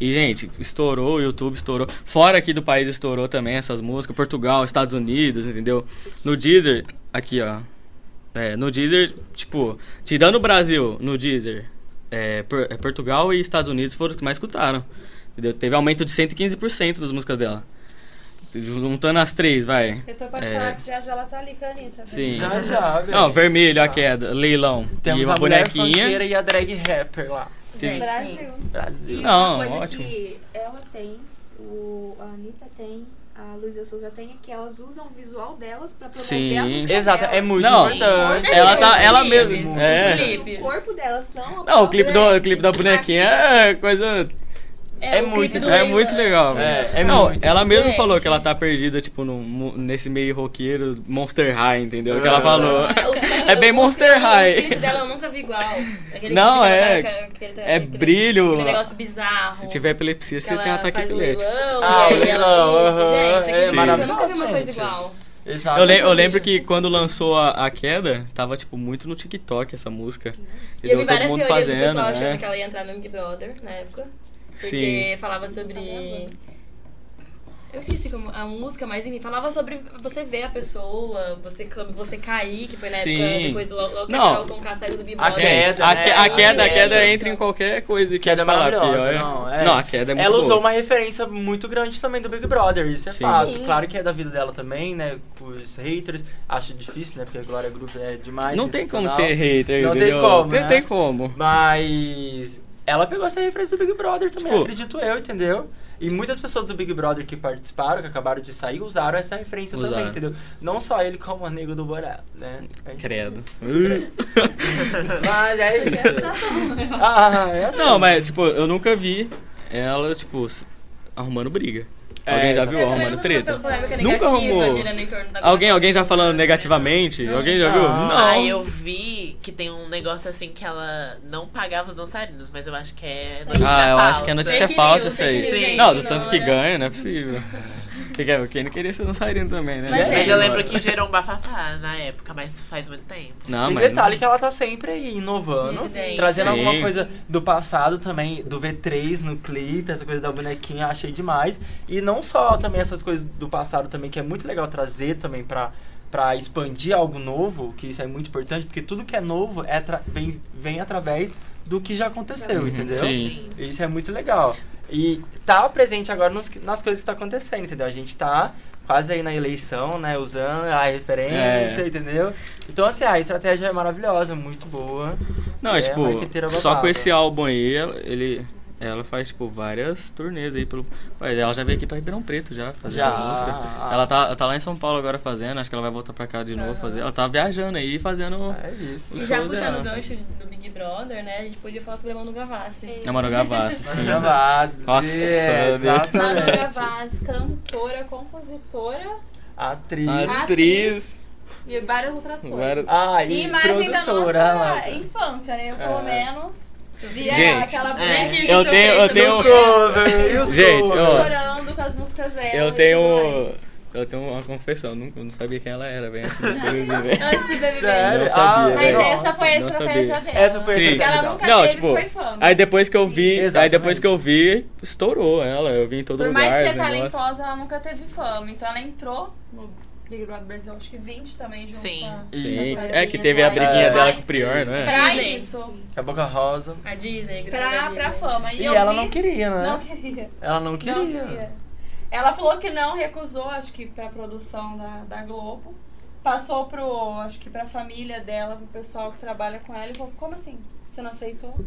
D: E, gente, estourou o YouTube, estourou. Fora aqui do país estourou também essas músicas. Portugal, Estados Unidos, entendeu? No Deezer, aqui, ó. É, no Deezer, tipo, tirando o Brasil, no Deezer, é, Por- é, Portugal e Estados Unidos foram os que mais escutaram. Entendeu? Teve aumento de 115% das músicas dela. Juntando as três, vai.
C: Eu tô apaixonada
D: É.
C: que já já ela tá ali com a Anitta.
D: Sim.
H: Já, já, velho.
D: Não, vermelho, a queda, leilão.
H: Ah. Temos
D: e uma
H: a mulher
D: bonequinha.
H: funkeira e a drag rapper lá.
D: Tem-
C: Brasil.
H: Brasil.
D: Não,
I: uma coisa
D: ótimo.
I: que ela tem, o, a Anitta tem, a Luísa Souza tem, é que elas usam o visual delas pra promover
D: Sim.
I: a música
H: Exato,
I: delas.
H: é muito
D: Não,
H: importante.
F: Gente,
D: Ela tá.
F: os
D: Ela
F: clipes,
D: mesmo.
F: os
D: É.
F: clipes.
I: O corpo delas são... a
D: Não, o
I: prova
D: clipe, do,
I: dela.
D: o clipe da bonequinha é coisa.
F: É, o
H: muito-
F: clipe do
D: É
F: Leila.
D: muito legal, velho.
H: É, é
D: não,
H: muito.
D: ela mesma
F: Gente.
D: falou que ela tá perdida, tipo, num mu- nesse meio roqueiro Monster High, entendeu? Que ela
H: Ah.
D: falou.
F: É, o clipe-
D: É bem
F: o
D: Monster
F: clipe-
D: High.
F: O clipe dela eu nunca vi igual. Aquele
D: Não,
F: clipe
D: é-
F: que ela tá- aquele-
D: é
F: aquele-
D: brilho.
F: Aquele negócio bizarro.
D: Se tiver epilepsia,
F: Ah. que
D: você
F: ela
D: tem um ataque
F: faz o
D: epilético.
F: leilão,
H: Ah,
F: e aí
H: o leilão,
F: ela- isso,
H: aham,
F: Gente,
H: é
F: aquele clipe eu nunca vi
H: maravilhoso,
F: uma coisa
H: gente.
F: igual.
H: Exato.
D: Eu, le- eu lembro que quando lançou a, a queda, tava, tipo, muito no TikTok essa música.
F: E eu
D: Entendeu?
F: vi
D: Todo
F: várias
D: mundo
F: teorias do
D: fazendo,
F: pessoal achando
D: né?
F: que ela ia entrar no Big Brother na época. Porque
D: Sim.
F: falava sobre. Eu esqueci como a música, mas enfim, falava sobre você ver a pessoa, você, ca- você cair, que foi na
D: Sim.
F: época, depois logo, logo que
D: Não.
F: a Carol Conká saiu do Big
H: A
F: Brother.
D: Gente,
H: queda,
D: a,
H: né?
D: que- a queda, a queda
F: Nossa.
D: entra em qualquer coisa que
H: Queda
D: eu falar aqui,
H: maravilhosa,
D: olha.
H: não, é.
D: não, a queda é muito
H: ela
D: boa.
H: usou uma referência muito grande também do Big Brother, isso é
D: Sim.
H: fato.
F: Sim.
H: Claro que é da vida dela também, né? Com os haters. Acho difícil, né? Porque a Glória Groove é demais.
D: Não tem como ter
H: sensacional.
D: hater,
H: Não tem
D: entendeu?
H: como,
D: Não
H: né?
D: tem como.
H: Mas ela pegou essa referência do Big Brother também,
D: Tipo-
H: acredito eu, entendeu? E muitas pessoas do Big Brother que participaram, que acabaram de sair, usaram essa referência
D: Usaram.
H: também, entendeu? Não só ele como o nego do Borá, né?
D: Credo.
H: Mas é isso.
C: tá
H: ah, é assim.
D: Não, mas, tipo, eu nunca vi ela, tipo, s- arrumando briga.
H: É,
D: alguém já
H: exato.
D: viu
F: Eu também
D: arrumando
F: Tá nunca
D: treta?
F: vi polêmica
D: Nunca
F: negativa
D: arrumou.
F: girando em torno da
D: Alguém,
F: Glória.
D: alguém já falando negativamente? Alguém já viu?
H: Ah.
D: Não.
B: Aí eu vi que tem um negócio assim que ela não pagava os dançarinos, mas eu acho que é notícia
D: Ah, eu acho que
B: falsa.
D: é notícia
F: Fake
D: falsa
F: news,
D: isso
F: fake
B: news,
D: aí.
B: gente,
D: Não, do tanto
F: não,
D: que
F: né?
D: ganha, não é possível. Que que é? Quem não queria ser dançarino também, né?
F: Mas
B: Mas
F: é.
B: eu lembro que gerou um bafafá na época, mas faz muito tempo.
D: Não,
H: e
D: mas.
H: detalhe que ela tá sempre aí inovando,
F: Sim.
H: trazendo
D: Sim.
H: alguma coisa do passado também, do V3 no clipe, essa coisa da bonequinha, achei demais. E não só também essas coisas do passado também, que é muito legal trazer também pra, pra expandir algo novo, que isso é muito importante, porque tudo que é novo é atra- vem, vem através do que já aconteceu, entendeu?
D: Uhum. Sim.
H: Isso é muito legal. E tá presente agora nos- nas coisas que tá acontecendo, entendeu? A gente tá quase aí na eleição, né? Usando a referência,
D: É.
H: entendeu? Então, assim, a estratégia é maravilhosa, muito boa.
D: Não, é,
H: É,
D: tipo,
H: marqueteira
D: só com
H: babada.
D: esse álbum aí, ela- ele. Ela faz, tipo, várias turnês aí pelo. Ué, Ela já veio aqui pra Ribeirão Preto já, fazer
H: Já. Ah,
D: essa música. Ela tá, ela tá lá em São Paulo agora fazendo, acho que ela vai voltar pra cá de novo fazer. Ela tá viajando aí fazendo.
H: É isso.
F: E já
D: Show
F: puxando o
D: dela.
F: gancho do Big Brother, né? A gente podia falar sobre a Manu Gavassi.
D: É Manu Gavassi, sim.
H: Gravado.
D: Nossa, meu Deus.
C: Manu
D: É.
H: exatamente.
C: Gavassi, cantora, compositora
H: Atriz.
D: Ah, Atriz.
C: e várias outras coisas.
D: Várias-
H: Ah,
C: E
H: e
C: imagem da
H: produtora. tá.
C: nossa infância, né? Eu, pelo
H: É.
C: menos, via
D: Gente,
C: aquela
B: é.
F: Né,
C: bonequinha
D: Eu tenho. Eu
H: O
D: tenho.
H: cover, e os
D: um- Gente,
H: covers.
D: ó.
C: chorando com as músicas dela.
D: Eu
C: e tudo
D: tenho.
C: mais.
D: Eu tenho uma confessão, eu nunca- eu não sabia quem ela era, assim, velho. antes do BBB, velho.
C: Antes do BBB.
H: Sério?
D: Não sabia,
H: Ah,
C: Mas
D: velho.
H: nossa,
C: essa foi a
D: né? não
C: estratégia
D: sabia.
C: dela.
H: Essa foi a
D: Sim.
C: Porque ela
H: estratégia
C: nunca
D: Não,
C: teve
D: tipo,
C: foi fama.
D: Aí depois que eu vi. Aí
H: Exatamente.
D: depois que eu vi, estourou ela. Eu vi em todo
C: Por
D: lugar.
C: mais que tá
D: esse
C: ser
D: negócio.
C: talentosa, ela nunca teve fama. Então ela entrou no Big Brother Brasil, acho que 20 também, junto
B: Sim.
C: com a...
D: Sim.
C: com as
D: É que teve a
C: Radinhas,
D: briguinha
H: É.
C: mas
D: dela com o Prior, não é?
C: Pra
F: Sim.
C: isso,
H: A Boca Rosa.
F: A Disney,
C: pra, pra fama. E,
H: E,
C: eu
H: ela
C: vi-
H: não queria, né?
C: Não queria.
H: Ela não queria.
C: Não queria. Ela falou que não recusou, acho que pra produção da, da Globo. Passou pro, acho que pra família dela, pro pessoal que trabalha com ela, e falou, como assim? Você não aceitou?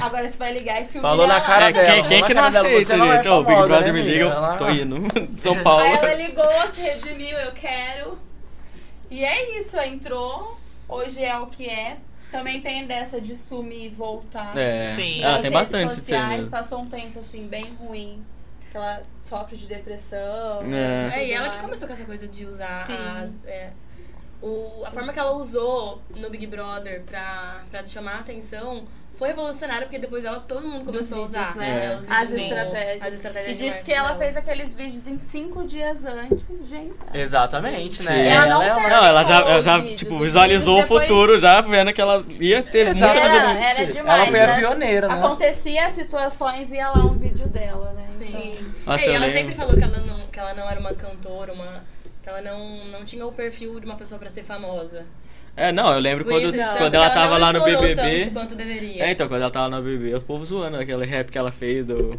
C: Agora você vai ligar e se humilhar
H: Falou na
C: lá.
H: cara
D: É,
H: dela.
D: quem, quem
H: na
D: que não
H: cara dela,
D: aceita,
H: você não é
D: gente? Ô, o Big
H: famosa,
D: Brother
H: né,
D: me liga,
H: amiga? Ela-
D: eu tô indo. São Paulo.
C: Aí ela ligou, se redimiu, eu quero. E é isso, entrou. Hoje é o que é. Também tem dessa de sumir e voltar.
D: É,
B: Sim.
D: ela
C: Nas
D: tem
C: redes
D: bastante de ser
C: sociais,
D: mesmo.
C: Passou um tempo assim, bem ruim. Que ela sofre de depressão. né,
D: É.
C: tudo
F: É, e ela que
C: mais.
F: começou com essa coisa de usar
C: Sim.
F: as. é, o- a forma que ela usou no Big Brother pra, pra chamar a atenção foi revolucionária, porque depois ela todo mundo começou
C: vídeos,
F: a usar.
C: né?
F: É,
D: É.
F: os vídeos
C: As
F: do-
C: estratégias.
F: as estratégias
C: E
F: de
C: disse que ela
F: marketing
C: fez aqueles vídeos em cinco dias antes, gente.
H: Exatamente,
D: Sim.
H: né?
D: Ela
C: não
H: é uma-
C: terminou
D: Não, ela já, ela
C: os
D: já
C: vídeos,
D: tipo,
C: os
D: visualizou o
C: vídeos depois-
D: futuro, já vendo que ela ia ter muito
H: Exatamente.
D: mais
C: Era, era
D: obediência.
C: demais.
H: Ela foi a
C: né?
H: pioneira, né?
C: Acontecia as situações e ia lá um vídeo dela, né?
F: Sim. dela.
D: Nossa,
F: É, e
D: eu
F: ela
D: lembro.
F: sempre falou que ela não, que ela não era uma cantora, uma. Que ela não, não tinha o perfil de uma pessoa pra ser famosa.
D: É, não, eu lembro
F: Por
D: quando,
F: isso, tanto
D: quando
F: que
D: ela
F: não
D: tava lá no
F: estourou
D: BBB.
F: Tanto tipo, assim, quanto deveria.
D: É, então, quando ela tava no BBB, o povo zoando aquele rap que ela fez do.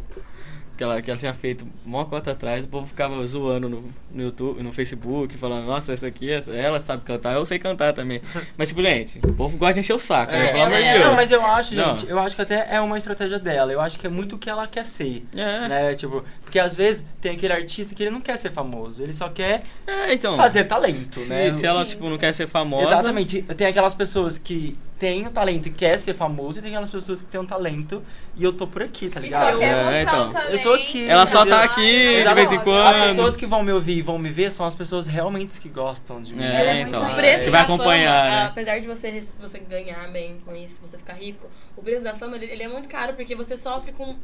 D: Que ela, que ela tinha feito mó cota atrás, o povo ficava zoando no, no YouTube, no Facebook, falando, nossa, essa aqui, essa- ela sabe cantar, eu sei cantar também. Mas, tipo, gente, o povo gosta de encher o saco, né?
H: É,
D: Pelo amor de
F: ela-
D: Deus.
H: Não, mas eu acho,
D: Não.
H: gente, eu acho que até é uma estratégia dela. Eu acho que é muito o que ela quer ser.
D: É.
H: Né? Tipo, porque às vezes tem aquele artista que ele não quer ser famoso, ele só quer
D: É, então.
H: fazer talento,
D: se,
H: né?
D: se ela,
C: Sim,
D: tipo,
C: sim.
D: não quer ser famosa.
H: Exatamente. Tem aquelas pessoas que têm o talento e quer ser famoso, e tem aquelas pessoas que têm um talento e eu tô por aqui, tá
C: E
H: ligado?
C: só quer
D: É,
C: mostrar
D: então.
C: o talento.
H: Eu tô aqui.
D: Ela só
H: Entendeu?
D: tá aqui de
H: Exato.
D: vez em
H: As
D: quando.
H: pessoas que vão me ouvir e vão me ver são as pessoas realmente que gostam de mim.
D: É,
C: Ela é muito
D: então.
C: rica.
F: O preço
D: Você vai
F: da fama,
D: acompanhar, né?
F: apesar de você, rece- você ganhar bem com isso, você ficar rico, o preço da fama ele, ele é muito caro porque você sofre com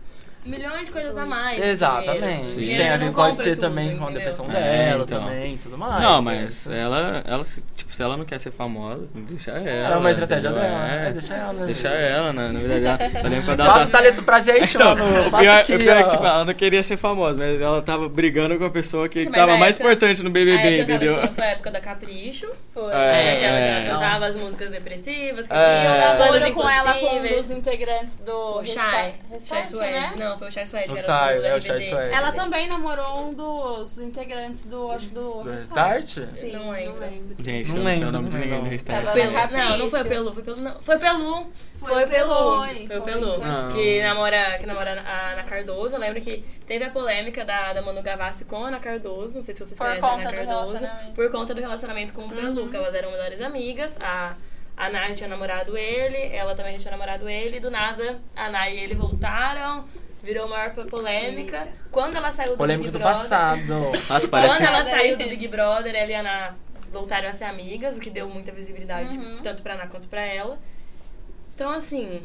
F: milhões de coisas a mais. que dinheiro.
H: Exatamente.
F: O
D: Sim.
F: dinheiro
H: Tem a
F: não
H: ver, pode
F: compra
H: ser
F: tudo,
H: também com a
F: entendeu?
H: depressão
D: É,
H: dela
D: então.
H: também e tudo mais.
D: não,
H: é.
D: mas ela, ela, se- tipo, se ela não quer ser famosa, deixa ela.
H: É uma estratégia
D: entendeu?
H: dela.
D: É,
H: É, deixa ela, um né?
D: deixa ela, né? Na verdade, ela- eu lembro quando ela
H: Passa o
D: tava-
H: talento pra gente,
D: Então,
H: mano.
D: o pior,
H: Passa aqui,
D: o pior é
H: ó.
D: que, tipo, ela não queria ser famosa, mas ela tava brigando com a pessoa que
F: Gente, mas
D: tava
F: na
D: mais
F: época-
D: importante no
F: A época
D: BBB,
F: que ela
D: entendeu?
F: estourou Foi a época da Capricho, foi
D: É,
F: aquela que ela
D: é.
F: cantava as músicas depressivas, que
H: É.
F: vinham, bandas
C: Namoro com ela com um
F: impossíveis.
C: dos integrantes do
F: O Shai, Shai
C: Restart,
F: Suede,
C: né?
F: não, foi o Shai Suede,
H: O
F: que
H: Shai,
F: era do
H: é, o
F: RBD.
H: Shai Suede.
C: Ela também namorou um dos integrantes do, acho que do,
H: Do
C: Restart.
H: Restart?
C: Sim,
F: Não lembro.
D: Gente, eu
H: Não
D: não sei
H: lembro,
D: o nome de
H: não
D: ninguém do
H: lembro.
D: restaurante.
C: Agora
F: Pelu.
C: Capricho.
F: Não, não foi o Pelu, foi o Pelu, não. Foi o Pelu. Foi o Pelu. Foi o Pelu.
H: Não.
F: Que namora, que namora a Ana Cardoso. Eu lembro que teve a polêmica da, da Manu Gavassi com a Ana Cardoso. Não sei se vocês
C: Por
F: conhecem
C: conta
F: a Ana
C: do
F: Cardoso.
C: relacionamento.
F: Por conta do relacionamento com o Pelu, que elas eram melhores amigas. A, a Nay tinha namorado ele, ela também já tinha namorado ele. Do nada, a Nay e ele voltaram. Virou maior polêmica. Quando ela saiu do
H: Polêmica
F: Big
H: do
F: Brother-
H: passado.
D: Nossa,
F: quando
D: parece.
F: ela saiu do Big Brother, ela e a Ana voltaram a ser amigas, o que deu muita visibilidade tanto pra Ana quanto pra ela. Então, assim,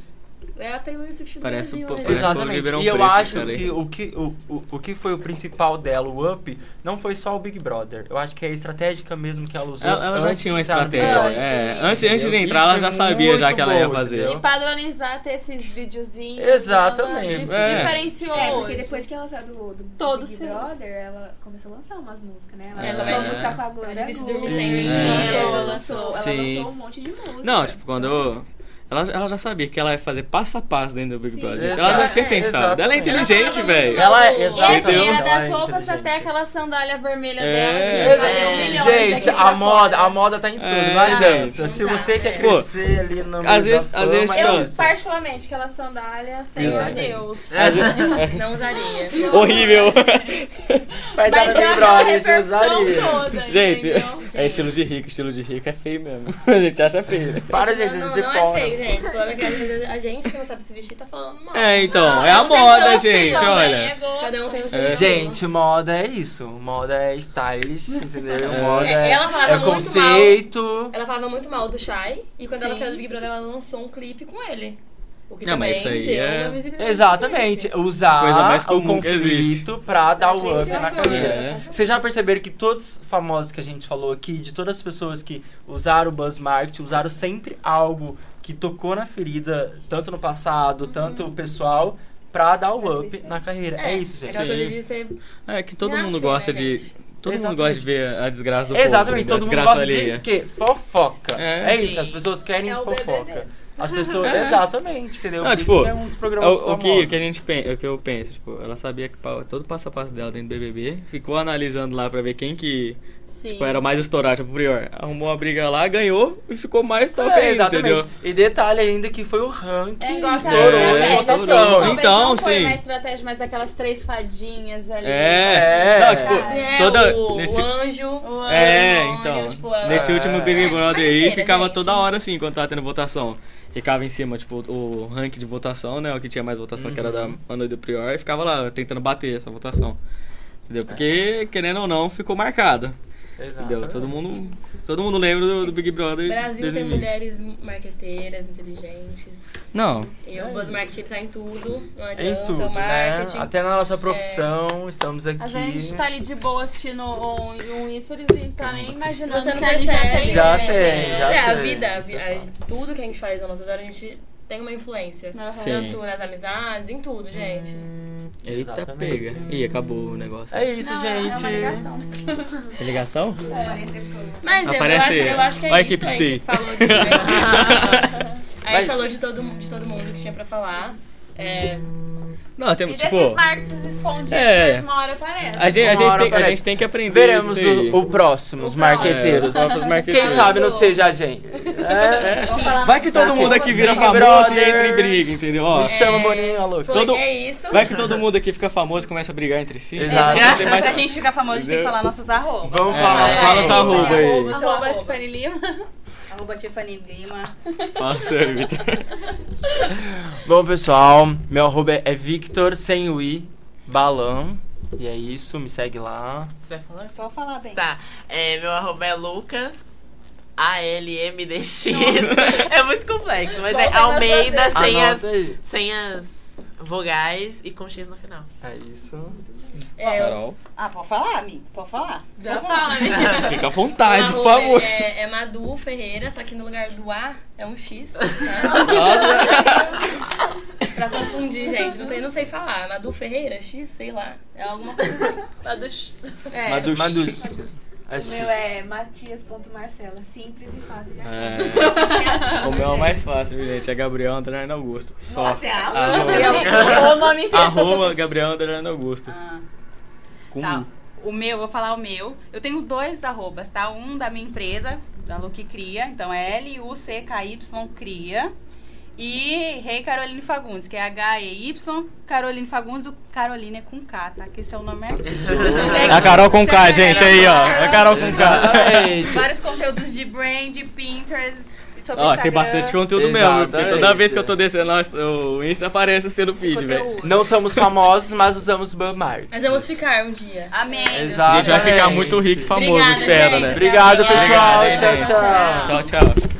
F: é a Taylor Swift do
D: Parece um
F: Brasil,
D: pouco-
F: né?
D: Parece
H: Exatamente.
D: Paulo Ribeirão
H: E eu
D: Preto,
H: acho
D: cara.
H: que o que, o, o, o que foi o principal dela, o up, não foi só o Big Brother. Eu acho que é estratégica mesmo que ela usou.
D: Ela, ela já
H: antes
D: tinha uma
H: de entrar no
D: estratégia.
H: Big Brother.
D: é. antes, antes de
H: Isso
D: entrar, ela já
H: foi
D: sabia já
H: muito
D: que ela ia
H: bom,
D: fazer.
H: entendeu?
C: E padronizar ter esses videozinhos. então,
H: Exatamente.
C: dela,
D: É.
C: di- Diferenciou
I: É,
C: hoje.
I: porque depois que ela saiu do, do
C: Todos
I: Big
C: felizes.
I: Brother, ela começou a lançar umas músicas, né? Ela
F: É,
I: lançou
F: também,
I: uma
F: né?
I: música com a
F: É
I: Glória
F: difícil dormir sem
D: É.
I: Groove.
F: mim.
I: Lançou,
F: Ela
I: lançou, ela
D: Sim.
I: lançou um monte de música.
D: Não, tipo, quando. eu- Ela, ela já sabia que ela ia fazer passo a passo dentro do Big
I: Sim.
D: Brother. gente. Ela já
F: Exato.
D: tinha
F: É,
D: pensado. Ela é
H: exatamente.
D: inteligente,
F: Ela
D: velho.
F: falava
H: Ela é-
F: muito
C: E
H: exato.
F: mal.
C: assim, era
H: Ela é
C: das roupas
H: inteligente.
C: até aquela sandália vermelha
D: É.
C: dela que valeu
H: Exatamente.
C: milhões
H: Gente,
C: aqui pra
H: a
C: fora.
H: moda, a moda tá em tudo,
D: É,
H: vai,
D: gente.
H: gente? Se
F: Não dá,
H: você
F: né?
H: quer
D: Tipo,
H: crescer ali no meio
D: às vezes-
H: da
D: às
H: fama,
D: vezes,
H: é
D: tipo,
H: isso.
C: Eu, particularmente, aquela sandália, Senhor
D: É.
C: Deus.
F: Não usaria.
D: Horrível.
C: Mas
H: Vai dar no
C: deu
H: Big
C: aquela
H: Brother, você
C: repercussão
H: usaria.
C: toda,
D: Gente,
C: entendeu?
D: é estilo de rico, estilo de rico é feio mesmo. A gente acha feio. né?
H: Para, gente,
F: não,
H: isso
F: não,
H: de
F: não é feio,
H: porra.
F: gente. O problema é que às vezes a gente que não sabe se vestir tá falando mal.
D: É, então, é
C: Não,
D: a
C: não tem
D: moda,
C: gosto,
D: gente,
C: não,
D: olha.
C: é gosto.
F: Cada um tem o seu.
D: É.
H: Gente, moda é isso. Moda é stylish, entendeu?
D: É.
H: Moda
F: É,
H: é,
F: ela falava
H: é
F: muito mal.
H: conceito.
F: Ela falava muito mal do Shai e quando ela
C: Sim.
F: saiu do Big Brother, ela lançou um clipe com ele. O que
D: Não,
F: também
D: mas isso aí
F: deu
D: é-
F: uma visibilidade
H: Exatamente, usar
D: Coisa mais
H: o
D: comum que existe.
H: conflito pra dar o up
C: crescer
H: na
C: a
H: carreira.
D: É.
H: Vocês já perceberam que todos os famosos que a gente falou aqui, de todas as pessoas que usaram o Buzz Market, usaram sempre algo que tocou na ferida, tanto no passado, tanto o pessoal, pra dar o up na carreira. É, Uhum. isso, gente.
F: Aquela
D: Sim.
F: coisa de ser
D: É que todo
F: É
D: mundo
F: assim,
D: gosta
F: né,
D: de.
F: gente?
D: Todo mundo
H: Exatamente.
D: gosta de ver a desgraça do povo.
H: Exatamente,
D: né? a
H: todo mundo
D: desgraça
H: gosta
D: alheia.
H: de quê? Fofoca.
D: É.
H: É, isso, as pessoas querem
C: É o
H: fofoca.
C: BBB.
H: As pessoas. Exatamente, entendeu?
D: Não,
H: Por
D: tipo,
H: isso que é um dos programas
D: o, o que,
H: famosos.
D: o que a gente pen- o que eu penso, tipo, ela sabia que pa- todo passo a passo dela dentro do BBB, ficou analisando lá pra ver quem que
F: Sim.
D: tipo,
C: um
D: era mais estourado, tipo, o Prior. Arrumou uma briga lá, ganhou e ficou mais top
H: É,
D: ainda,
H: exatamente.
D: tá entendeu?
H: E detalhe ainda que foi o ranking. né?
C: É igual aquela
D: Estourou,
C: estratégia,
D: estourou.
C: assim, talvez
D: Então,
C: não foi
D: sim.
C: uma estratégia, mas aquelas três fadinhas ali.
D: É,
H: É.
D: não, tipo,
F: É,
D: toda.
F: o,
D: nesse,
F: o anjo.
C: O
D: é,
F: anjo,
D: então.
F: tipo, a-
D: nesse
H: Ah.
D: último Big
F: É,
D: Brother aí,
F: brincadeira,
D: ficava
F: gente.
D: toda hora assim, quando tava tendo votação. Ficava em cima, tipo, o ranking de votação, né? O que tinha mais votação, que era da
H: Uhum.
D: Manu e do Prior, e ficava lá tentando bater essa votação. Entendeu? Porque, querendo ou não, ficou marcada.
H: Ah, tá
D: Entendeu? Todo mundo, todo mundo lembra do, do Big Brother.
F: Brasil tem
D: 2020.
F: mulheres marqueteiras, inteligentes.
D: Não.
F: E o
H: É
F: Buzz
H: isso.
F: Marketing tá em tudo. Não adianta.
H: Em tudo,
F: o
H: né?
F: marketing.
H: Até na nossa profissão, estamos aqui.
C: Às vezes a gente tá ali de boa assistindo um, um isso, eles não tá nem imaginando
F: Você não
C: que ali já
F: percebe.
C: tem.
H: Já
C: né?
H: tem, já
F: é, a
H: tem,
F: vida, a
H: você
F: vi- a-
H: fala.
F: tudo que a gente faz na nossa hora, a gente tem uma influência.
C: Aham.
D: Sim.
F: Tanto nas amizades, em tudo, gente.
D: Eita,
H: Exatamente.
D: pega. Ih, acabou o negócio.
H: É isso,
C: Não, é
H: gente.
C: uma ligação.
D: Tem ligação?
F: Mas eu, eu,
D: Aparece-
F: acho, eu acho que é
D: Olha a
F: isso.
D: equipe
F: A
D: de
F: gente
D: TI.
F: falou de. a gente
H: Mas-
F: falou de todo, mu- de todo mundo que tinha pra falar. É,
D: Não,
C: E
D: tem, tipo.
C: desses marketing escondidos,
D: É.
C: mas uma hora aparece.
D: A gente, a,
H: Uma
D: gente
H: hora
D: tem, a
H: aparece.
D: gente tem que aprender
H: Veremos
D: isso aí.
H: o, o próximo, os marqueteiros.
D: É, os próprios
H: Quem
D: marqueteiros.
H: sabe não seja a gente. É.
D: Vai que todo mundo aqui vira
H: Big
D: famoso e
H: Brother. É.
D: entra em briga, entendeu? Ó,
H: Me chama Boninho, alô.
F: foi,
D: Todo-
F: é isso.
D: vai que todo mundo aqui fica famoso e começa a brigar entre si.
H: Exato.
D: Ah, Não tem mais-
A: Pra gente ficar famoso, a gente tem que falar nossos arrobas.
H: Então, Vamos
D: É,
H: falar.
D: fala sua arroba aí.
C: Arroba, arroba. Tiffany Lima.
A: Arroba Tiffany Lima.
D: Fala seu Vitor.
H: Bom, pessoal, meu arroba é Victor, sem o i, Balan. E é isso, me segue lá.
B: Você vai falar?
A: Vou falar bem.
B: Tá. É, meu arroba é Lucas. A-L-M-D-X. É muito complexo, mas é
C: Volta nas
B: Almeida sem as,
H: Anota aí.
B: sem as vogais e com X no final.
H: É isso.
F: É, eu-
D: Carol,
A: Ah, pode falar, amigo? Pode falar.
C: Já fala, né?
D: fica à vontade, por
F: arroba
D: favor.
F: É, é Madu Ferreira, só que no lugar do A é um X. Tá? pra confundir, gente. Não, tem, não sei falar. Madu Ferreira, X, sei lá. É alguma coisa.
C: Lá do X.
D: Madux.
H: Madus. É
I: O
H: isso.
I: meu é matias.marcela, simples e fácil de achar.
D: É. O meu é o mais fácil, viu, gente? É Gabriel Andrade Augusto. Só.
I: é
D: Ah, Arroba,
C: Ou o nome
D: arroba Gabriel Andrade Augusto. Com
A: Ah, Tá.
D: um.
A: O meu, vou falar o meu. Eu tenho dois arrobas, tá? Um da minha empresa, da Luque Cria. Então é L-U-C-K-Y Cria. E Rei Caroline Fagundes, que é H-E-Y Caroline Fagundes. O Caroline é com K, tá? Que esse é o nome artístico.
D: É a Carol com K, gente, aí, ó. É a Carol com K.
H: Exatamente.
A: Vários conteúdos de brand, Pinterest, sobre
D: Ó,
A: Instagram.
D: tem bastante conteúdo mesmo, viu? porque toda
H: Exatamente.
D: vez que eu tô descendo o o Insta aparece sendo feed, velho.
H: Não somos famosos, mas usamos Bumar.
F: Mas vamos ficar um dia.
A: Amém.
D: A
H: Exato.
D: gente vai ficar muito rico e famoso,
F: Obrigada,
D: espera,
F: gente.
D: né?
H: Obrigado, pessoal.
D: Obrigado, hein,
H: tchau, tchau.
D: Tchau, tchau.